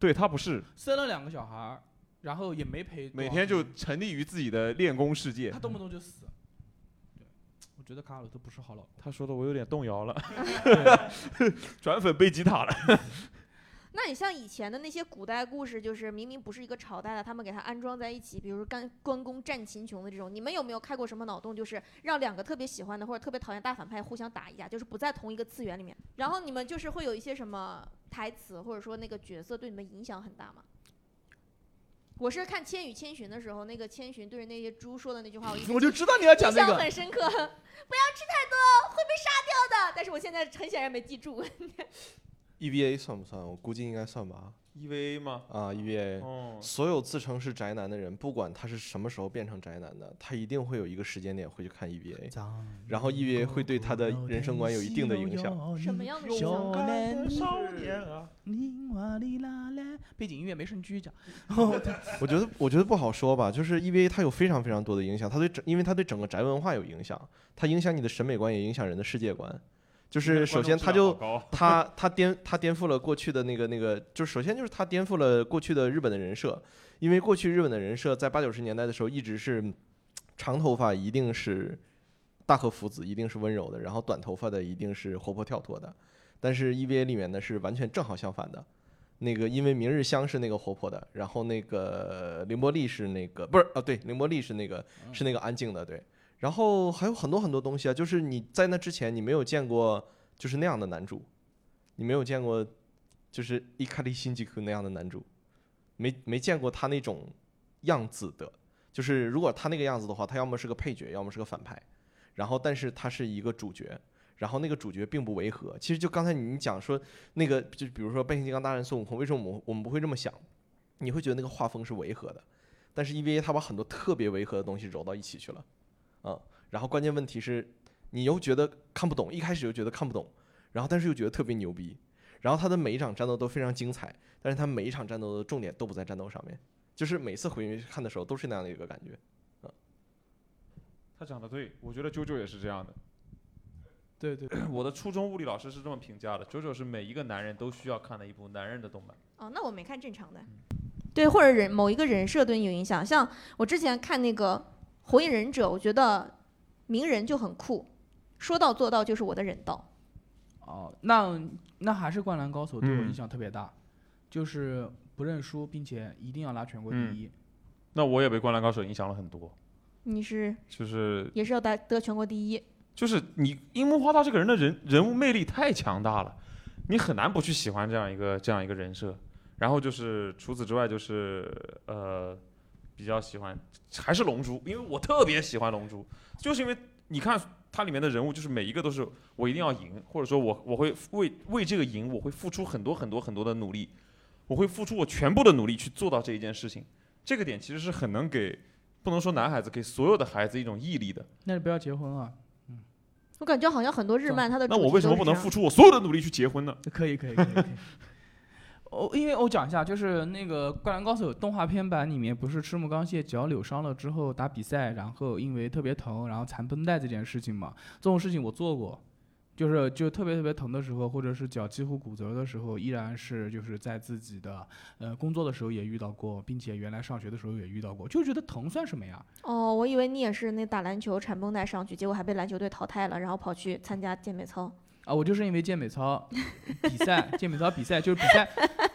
Speaker 1: 对他不是
Speaker 4: 生了两个小孩儿，然后也没陪多少
Speaker 1: 每
Speaker 4: 年，
Speaker 1: 天就沉溺于自己的练功世界
Speaker 4: 他。动不动就死。对，我觉得卡卡罗特不是好老公。
Speaker 1: 他说的我有点动摇了， 转粉贝吉塔了。
Speaker 3: 那你像以前的那些古代故事，就是明明不是一个朝代的，他们给它安装在一起，比如干关公战秦琼的这种，你们有没有开过什么脑洞，就是让两个特别喜欢的或者特别讨厌大反派互相打一架，就是不在同一个次元里面？然后你们就是会有一些什么台词，或者说那个角色对你们影响很大吗？我是看《千与千寻》的时候，那个千寻对着那些猪说的那句话，我印象
Speaker 4: 我就知道你要
Speaker 3: 印
Speaker 4: 讲这
Speaker 3: 象
Speaker 4: 个，
Speaker 3: 很深刻，不要吃 太多，会被杀掉的。但是我现在很显然没记住。
Speaker 2: EVA E 算不算？我估计应该算吧。
Speaker 7: EVA 吗？
Speaker 2: 啊，EVA，、
Speaker 7: 哦，
Speaker 2: 所有自称是宅男的人，不管他是什么时候变成宅男的，他一定会有一个时间点会去看 EVA，然后 EVA 会对他的人生观有一定的影响。
Speaker 3: 什么样的
Speaker 4: 小
Speaker 3: 小
Speaker 4: 男
Speaker 7: 少年啊，
Speaker 4: 铃哇哩啦啦， 背景音乐没事，你继续讲。
Speaker 2: 我觉得，我觉得不好说吧，就是 EVA 它有非常非常多的影响，它对整，因为它对整个宅文化有影响，它影响你的审美观，也影响人的世界观。就是首先，它就它它颠它颠覆了过去的那个那个，就是首先就是它颠覆了过去的日本的人设，因为过去日本的人设在八九十年代的时候一直是嗯长头发一定是大和福子，一定是温柔的，然后短头发的一定是活泼跳脱的，但是 EVA 里面呢是完全正好相反的。那个因为明日香是那个活泼的，然后那个凌波丽是那个不是啊，对，凌波丽是那个是那个安静的，对。然后还有很多很多东西啊，就是你在那之前你没有见过就是那样的男主，你没有见过就是伊卡利辛吉库那样的男主，没没见过他那种样子的。就是如果他那个样子的话，他要么是个配角，要么是个反派，然后但是他是一个主角。然后那个主角并不违和，其实就刚才你讲说那个就比如说《变形金刚大战孙悟空》，为什么我们我们不会这么想？你会觉得那个画风是违和的，但是 E EVA 它把很多特别违和的东西揉到一起去了，嗯，然后关键问题是，你又觉得看不懂，一开始就觉得看不懂，然后但是又觉得特别牛逼，然后它的每一场战斗都非常精彩，但是它每一场战斗的重点都不在战斗上面，就是每次回去看的时候都是那样的一个感觉。
Speaker 1: 他讲的对，我觉得啾啾也是这样的。
Speaker 4: 对对，
Speaker 1: 我的初中物理老师是这么评价的：九九是每一个男人都需要看的一部男人的动漫。
Speaker 3: 哦，那我没看正常
Speaker 1: 嗯
Speaker 3: 的。对，或者人某一个人设对你有影响，像我之前看那个《火影忍者》，我觉得鸣人就很酷，说到做到就是我的忍道。
Speaker 4: 哦，那那还是《灌篮高手》对我
Speaker 7: 嗯
Speaker 4: 影响特别大，就是不认输，并且一定要拿全国第
Speaker 1: 嗯
Speaker 4: 一。
Speaker 1: 那我也被《灌篮高手》影响了很多，
Speaker 3: 你是
Speaker 1: 就是
Speaker 3: 也是要得得全国第一，
Speaker 1: 就是你樱木花道这个人的人人物魅力太强大了，你很难不去喜欢这样一个这样一个人设。然后就是除此之外，就是呃，比较喜欢还是龙珠，因为我特别喜欢龙珠，就是因为你看它里面的人物，就是每一个都是我一定要赢，或者说我我会为为这个赢，我会付出很多很多很多的努力，我会付出我全部的努力去做到这一件事情。这个点其实是很能给，不能说男孩子，给所有的孩子一种毅力的。
Speaker 4: 那就不要结婚啊！
Speaker 3: 我感觉好像很多日漫它的
Speaker 1: 那
Speaker 3: 主
Speaker 1: 我
Speaker 3: 题
Speaker 1: 为什
Speaker 3: 都是
Speaker 1: 么不
Speaker 3: 这
Speaker 1: 能
Speaker 3: 样
Speaker 1: 付出我所有的努力去结婚呢？
Speaker 4: 可以可以可以。可以哦，因为我讲一下，就是那个《灌篮高手》动画片版里面，不是赤木刚宪脚扭伤了之后打比赛，然后因为特别疼，然后缠绷带这件事情嘛，这种事情我做过，就是就特别特别疼的时候，或者是脚几乎骨折的时候，依然是就是在自己的呃工作的时候也遇到过，并且原来上学的时候也遇到过，就觉得疼算什么呀？
Speaker 3: 哦，我以为你也是那打篮球缠绷带上去，结果还被篮球队淘汰了，然后跑去参加健美操。
Speaker 4: 啊，我就是因为健美操比赛，健美操比赛就是比赛，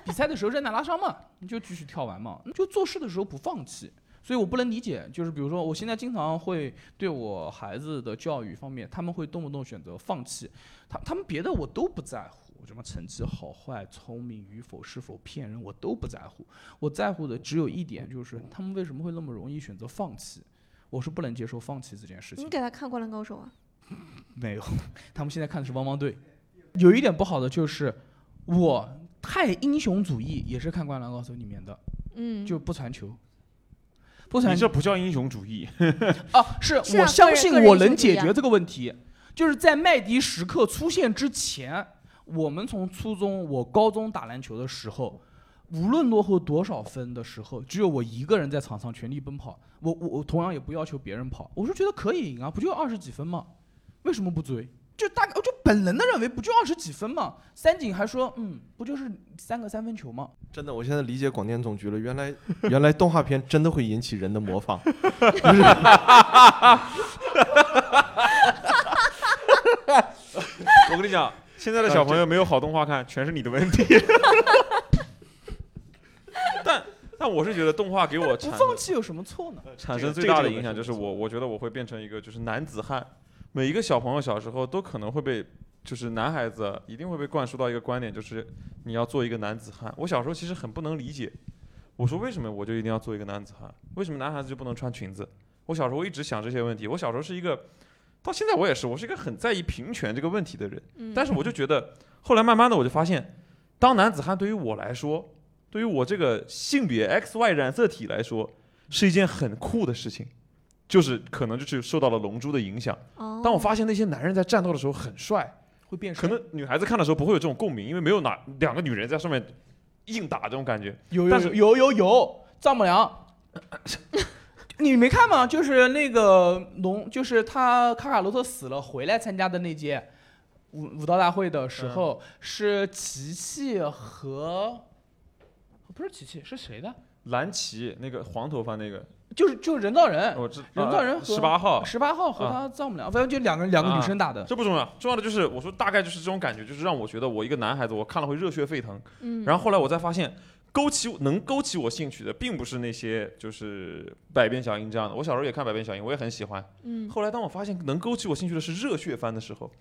Speaker 4: 比赛的时候韧带拉伤嘛，你就继续跳完嘛，就做事的时候不放弃。所以我不能理解，就是比如说，我现在经常会对我孩子的教育方面，他们会动不动选择放弃，他他们别的我都不在乎，什么成绩好坏、聪明与否、是否骗人，我都不在乎。我在乎的只有一点，就是他们为什么会那么容易选择放弃，我是不能接受放弃这件事情
Speaker 3: 你
Speaker 4: 的。
Speaker 3: 给他看《灌篮高手》啊？
Speaker 4: 没有，他们现在看的是汪汪队。有一点不好的就是，我太英雄主义，也是看《灌篮高手》里面的，
Speaker 3: 嗯，
Speaker 4: 就不传球，不
Speaker 7: 啊
Speaker 1: 你
Speaker 4: 传球
Speaker 1: 这不叫英雄主义，
Speaker 4: 啊！是
Speaker 3: 是啊
Speaker 4: 我相信
Speaker 3: 个人啊
Speaker 4: 我能
Speaker 3: 个人英雄
Speaker 4: 解
Speaker 3: 主义
Speaker 4: 决这个问题，就是在麦迪时刻出现之前，我们从初中、我高中打篮球的时候。无论落后多少分的时候，只有我一个人在场上全力奔跑。我我我同样也不要求别人跑，我是觉得可以赢啊，不就二十几分吗？为什么不追？就大概我就本能的认为不就二十几分嘛。三井还说，嗯，不就是三个三分球吗？
Speaker 2: 真的，我现在理解广电总局了。原来， 原来动画片真的会引起人的模仿，就是
Speaker 7: 我跟你 讲，现在的
Speaker 1: 啊
Speaker 7: 小
Speaker 1: 这
Speaker 7: 朋友没有好动画看，全是你的问题。 但但我是觉得动画给我
Speaker 4: 不
Speaker 7: 产
Speaker 4: 放弃有什么错呢？
Speaker 7: 产
Speaker 2: 呃这
Speaker 7: 生
Speaker 2: 个
Speaker 7: 最
Speaker 2: 这个
Speaker 7: 大
Speaker 2: 这
Speaker 7: 的
Speaker 2: 个
Speaker 7: 影
Speaker 2: 没
Speaker 7: 响
Speaker 2: 什
Speaker 7: 就
Speaker 2: 么
Speaker 7: 是
Speaker 2: 错
Speaker 7: 我，我觉得我会变成一个就是男子汉。每一个小朋友小时候都可能会被，就是男孩子一定会被灌输到一个观点，就是你要做一个男子汉。我小时候其实很不能理解，我说为什么我就一定要做一个男子汉？为什么男孩子就不能穿裙子？我小时候一直想这些问题。我小时候是一个，到现在我也是，我是一个很在意平权这个问题的人。
Speaker 3: 嗯
Speaker 7: 但是我就觉得，后来慢慢的我就发现，
Speaker 1: 当男子汉对于我来说，对于我这个性别 X Y 染色体来说，是一件很酷的事情，就是可能就是受到了《龙珠》的影响。
Speaker 3: 哦
Speaker 1: 当我发现那些男人在战斗的时候很帅，
Speaker 4: 会变
Speaker 1: 可能女孩子看的时候不会有这种共鸣，因为没有哪两个女人在上面硬打这种感觉。
Speaker 4: 有
Speaker 1: 但
Speaker 4: 有
Speaker 1: 是
Speaker 4: 有有有丈母 娘，你没看吗？就是那个龙，就是他卡卡罗特死了回来参加的那届武武道大会的
Speaker 1: 嗯
Speaker 4: 时候，是琪琪和不是琪琪是谁的？
Speaker 1: 蓝旗那个黄头发那个，
Speaker 4: 就是就是人造人，
Speaker 1: 我知
Speaker 4: 哎
Speaker 1: 啊
Speaker 4: 人造人和
Speaker 1: 十八号，
Speaker 4: 十八号
Speaker 1: 啊
Speaker 4: 和他丈母娘，反正就两个两个女生打 的。
Speaker 1: 这不重要，重要的就是我说大概就是这种感觉，就是让我觉得我一个男孩子，我看了会热血沸腾。
Speaker 3: 嗯，
Speaker 1: 然后后来我才发现，勾起能勾起我兴趣的，并不是那些就是百变小樱这样的。我小时候也看百变小樱，我也很喜欢。
Speaker 3: 嗯，
Speaker 1: 后来当我发现能勾起我兴趣的是热血番的时候，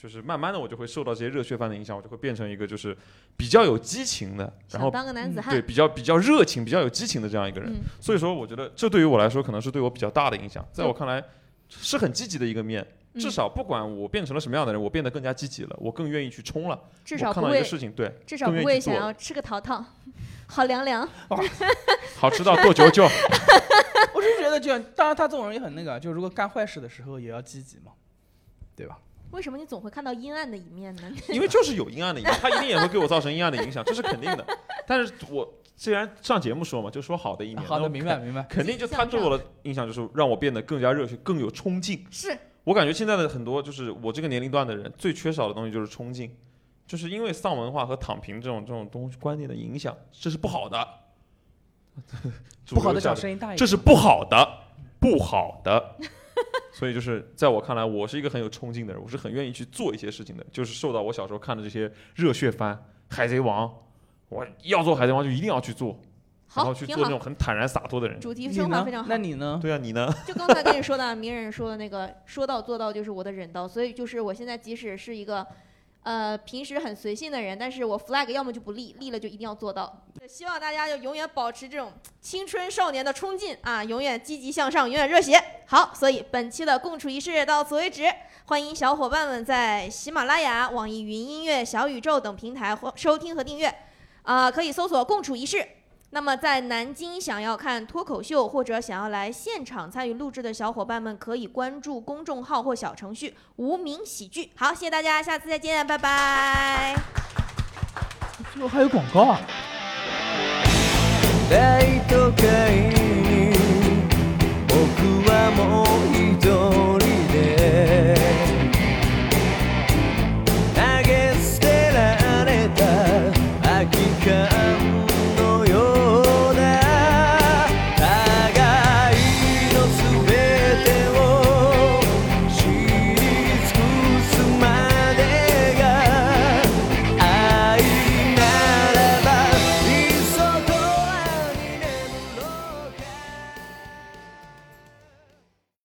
Speaker 1: 就是慢慢的我就会受到这些热血番的影响，我就会变成一个就是比较有激情的，然
Speaker 3: 想
Speaker 1: 后嗯
Speaker 3: 当个男子汉
Speaker 1: 对，比较比较热情、比较有激情的这样一个人。
Speaker 3: 嗯
Speaker 1: 所以说，我觉得这对于我来说可能是对我比较大的影响，在我看来是很积极的一个面。
Speaker 3: 嗯
Speaker 1: 至少不管我变成了什么样的人，我变得更加积极了，我更愿意去冲了。
Speaker 3: 至少
Speaker 1: 我看
Speaker 3: 不
Speaker 1: 到一
Speaker 3: 会
Speaker 1: 个事情，对，
Speaker 3: 至少
Speaker 1: 更愿
Speaker 3: 不
Speaker 1: 意
Speaker 3: 会
Speaker 1: 去做
Speaker 3: 想要吃个桃桃， 好凉凉。
Speaker 1: 好吃到 剁九九。
Speaker 4: 我是觉得这样，当然他这种人也很那个，就如果干坏事的时候也要积极嘛，对吧？
Speaker 3: 为什么你总会看到阴暗的一 面呢？
Speaker 1: 因为就是有阴暗的一面，他一定也会给我造成阴暗的影响， 这是肯定的。但是我既然上节目说嘛，就说好的一面，
Speaker 4: 啊好
Speaker 1: 那
Speaker 4: 的，
Speaker 1: 我
Speaker 4: 明白明白。
Speaker 1: 肯。肯定就他对我的影响就是让我变得更加热血，更有冲劲。
Speaker 3: 是
Speaker 1: 我感觉现在的很多就是我这个年龄段的人最缺少的东西就是冲劲，就是因为丧文化和躺平这种这种东西观念的影响，这是不好的。
Speaker 4: 不好的
Speaker 1: 主流价
Speaker 4: 找
Speaker 1: 值
Speaker 4: 声音大一点。
Speaker 1: 这是不好的，不好的。 所以就是在我看来，我是一个很有冲劲的人，我是很愿意去做一些事情的。就是受到我小时候看的这些热血番《海贼王》，我要做海贼王就一定要去做，
Speaker 3: 好，
Speaker 1: 然后去
Speaker 3: 挺
Speaker 1: 做那
Speaker 3: 好。
Speaker 1: 种很坦然洒脱的人。
Speaker 3: 主题
Speaker 4: 你
Speaker 3: 升华
Speaker 4: 呢
Speaker 3: 非常好
Speaker 4: 那。你呢？
Speaker 1: 对啊，你呢？
Speaker 3: 就刚才跟你说的，名人说的那个，说到做到就是我的忍道，所以就是我现在即使是一个，呃，平时很随性的人，但是我 flag 要么就不立，立了就一定要做到。对希望大家就永远保持这种青春少年的冲劲啊，永远积极向上，永远热血。好，所以本期的共处一室到此为止。欢迎小伙伴们在喜马拉雅、网易云音乐、小宇宙等平台或收听和订阅，啊、可以搜索“共处一室”。那么在南京想要看脱口秀或者想要来现场参与录制的小伙伴们，可以关注公众号或小程序“无名喜剧”。好，谢谢大家，下次再见，拜拜。
Speaker 4: 最后还有广告啊。
Speaker 10: 大都会に僕はもう一人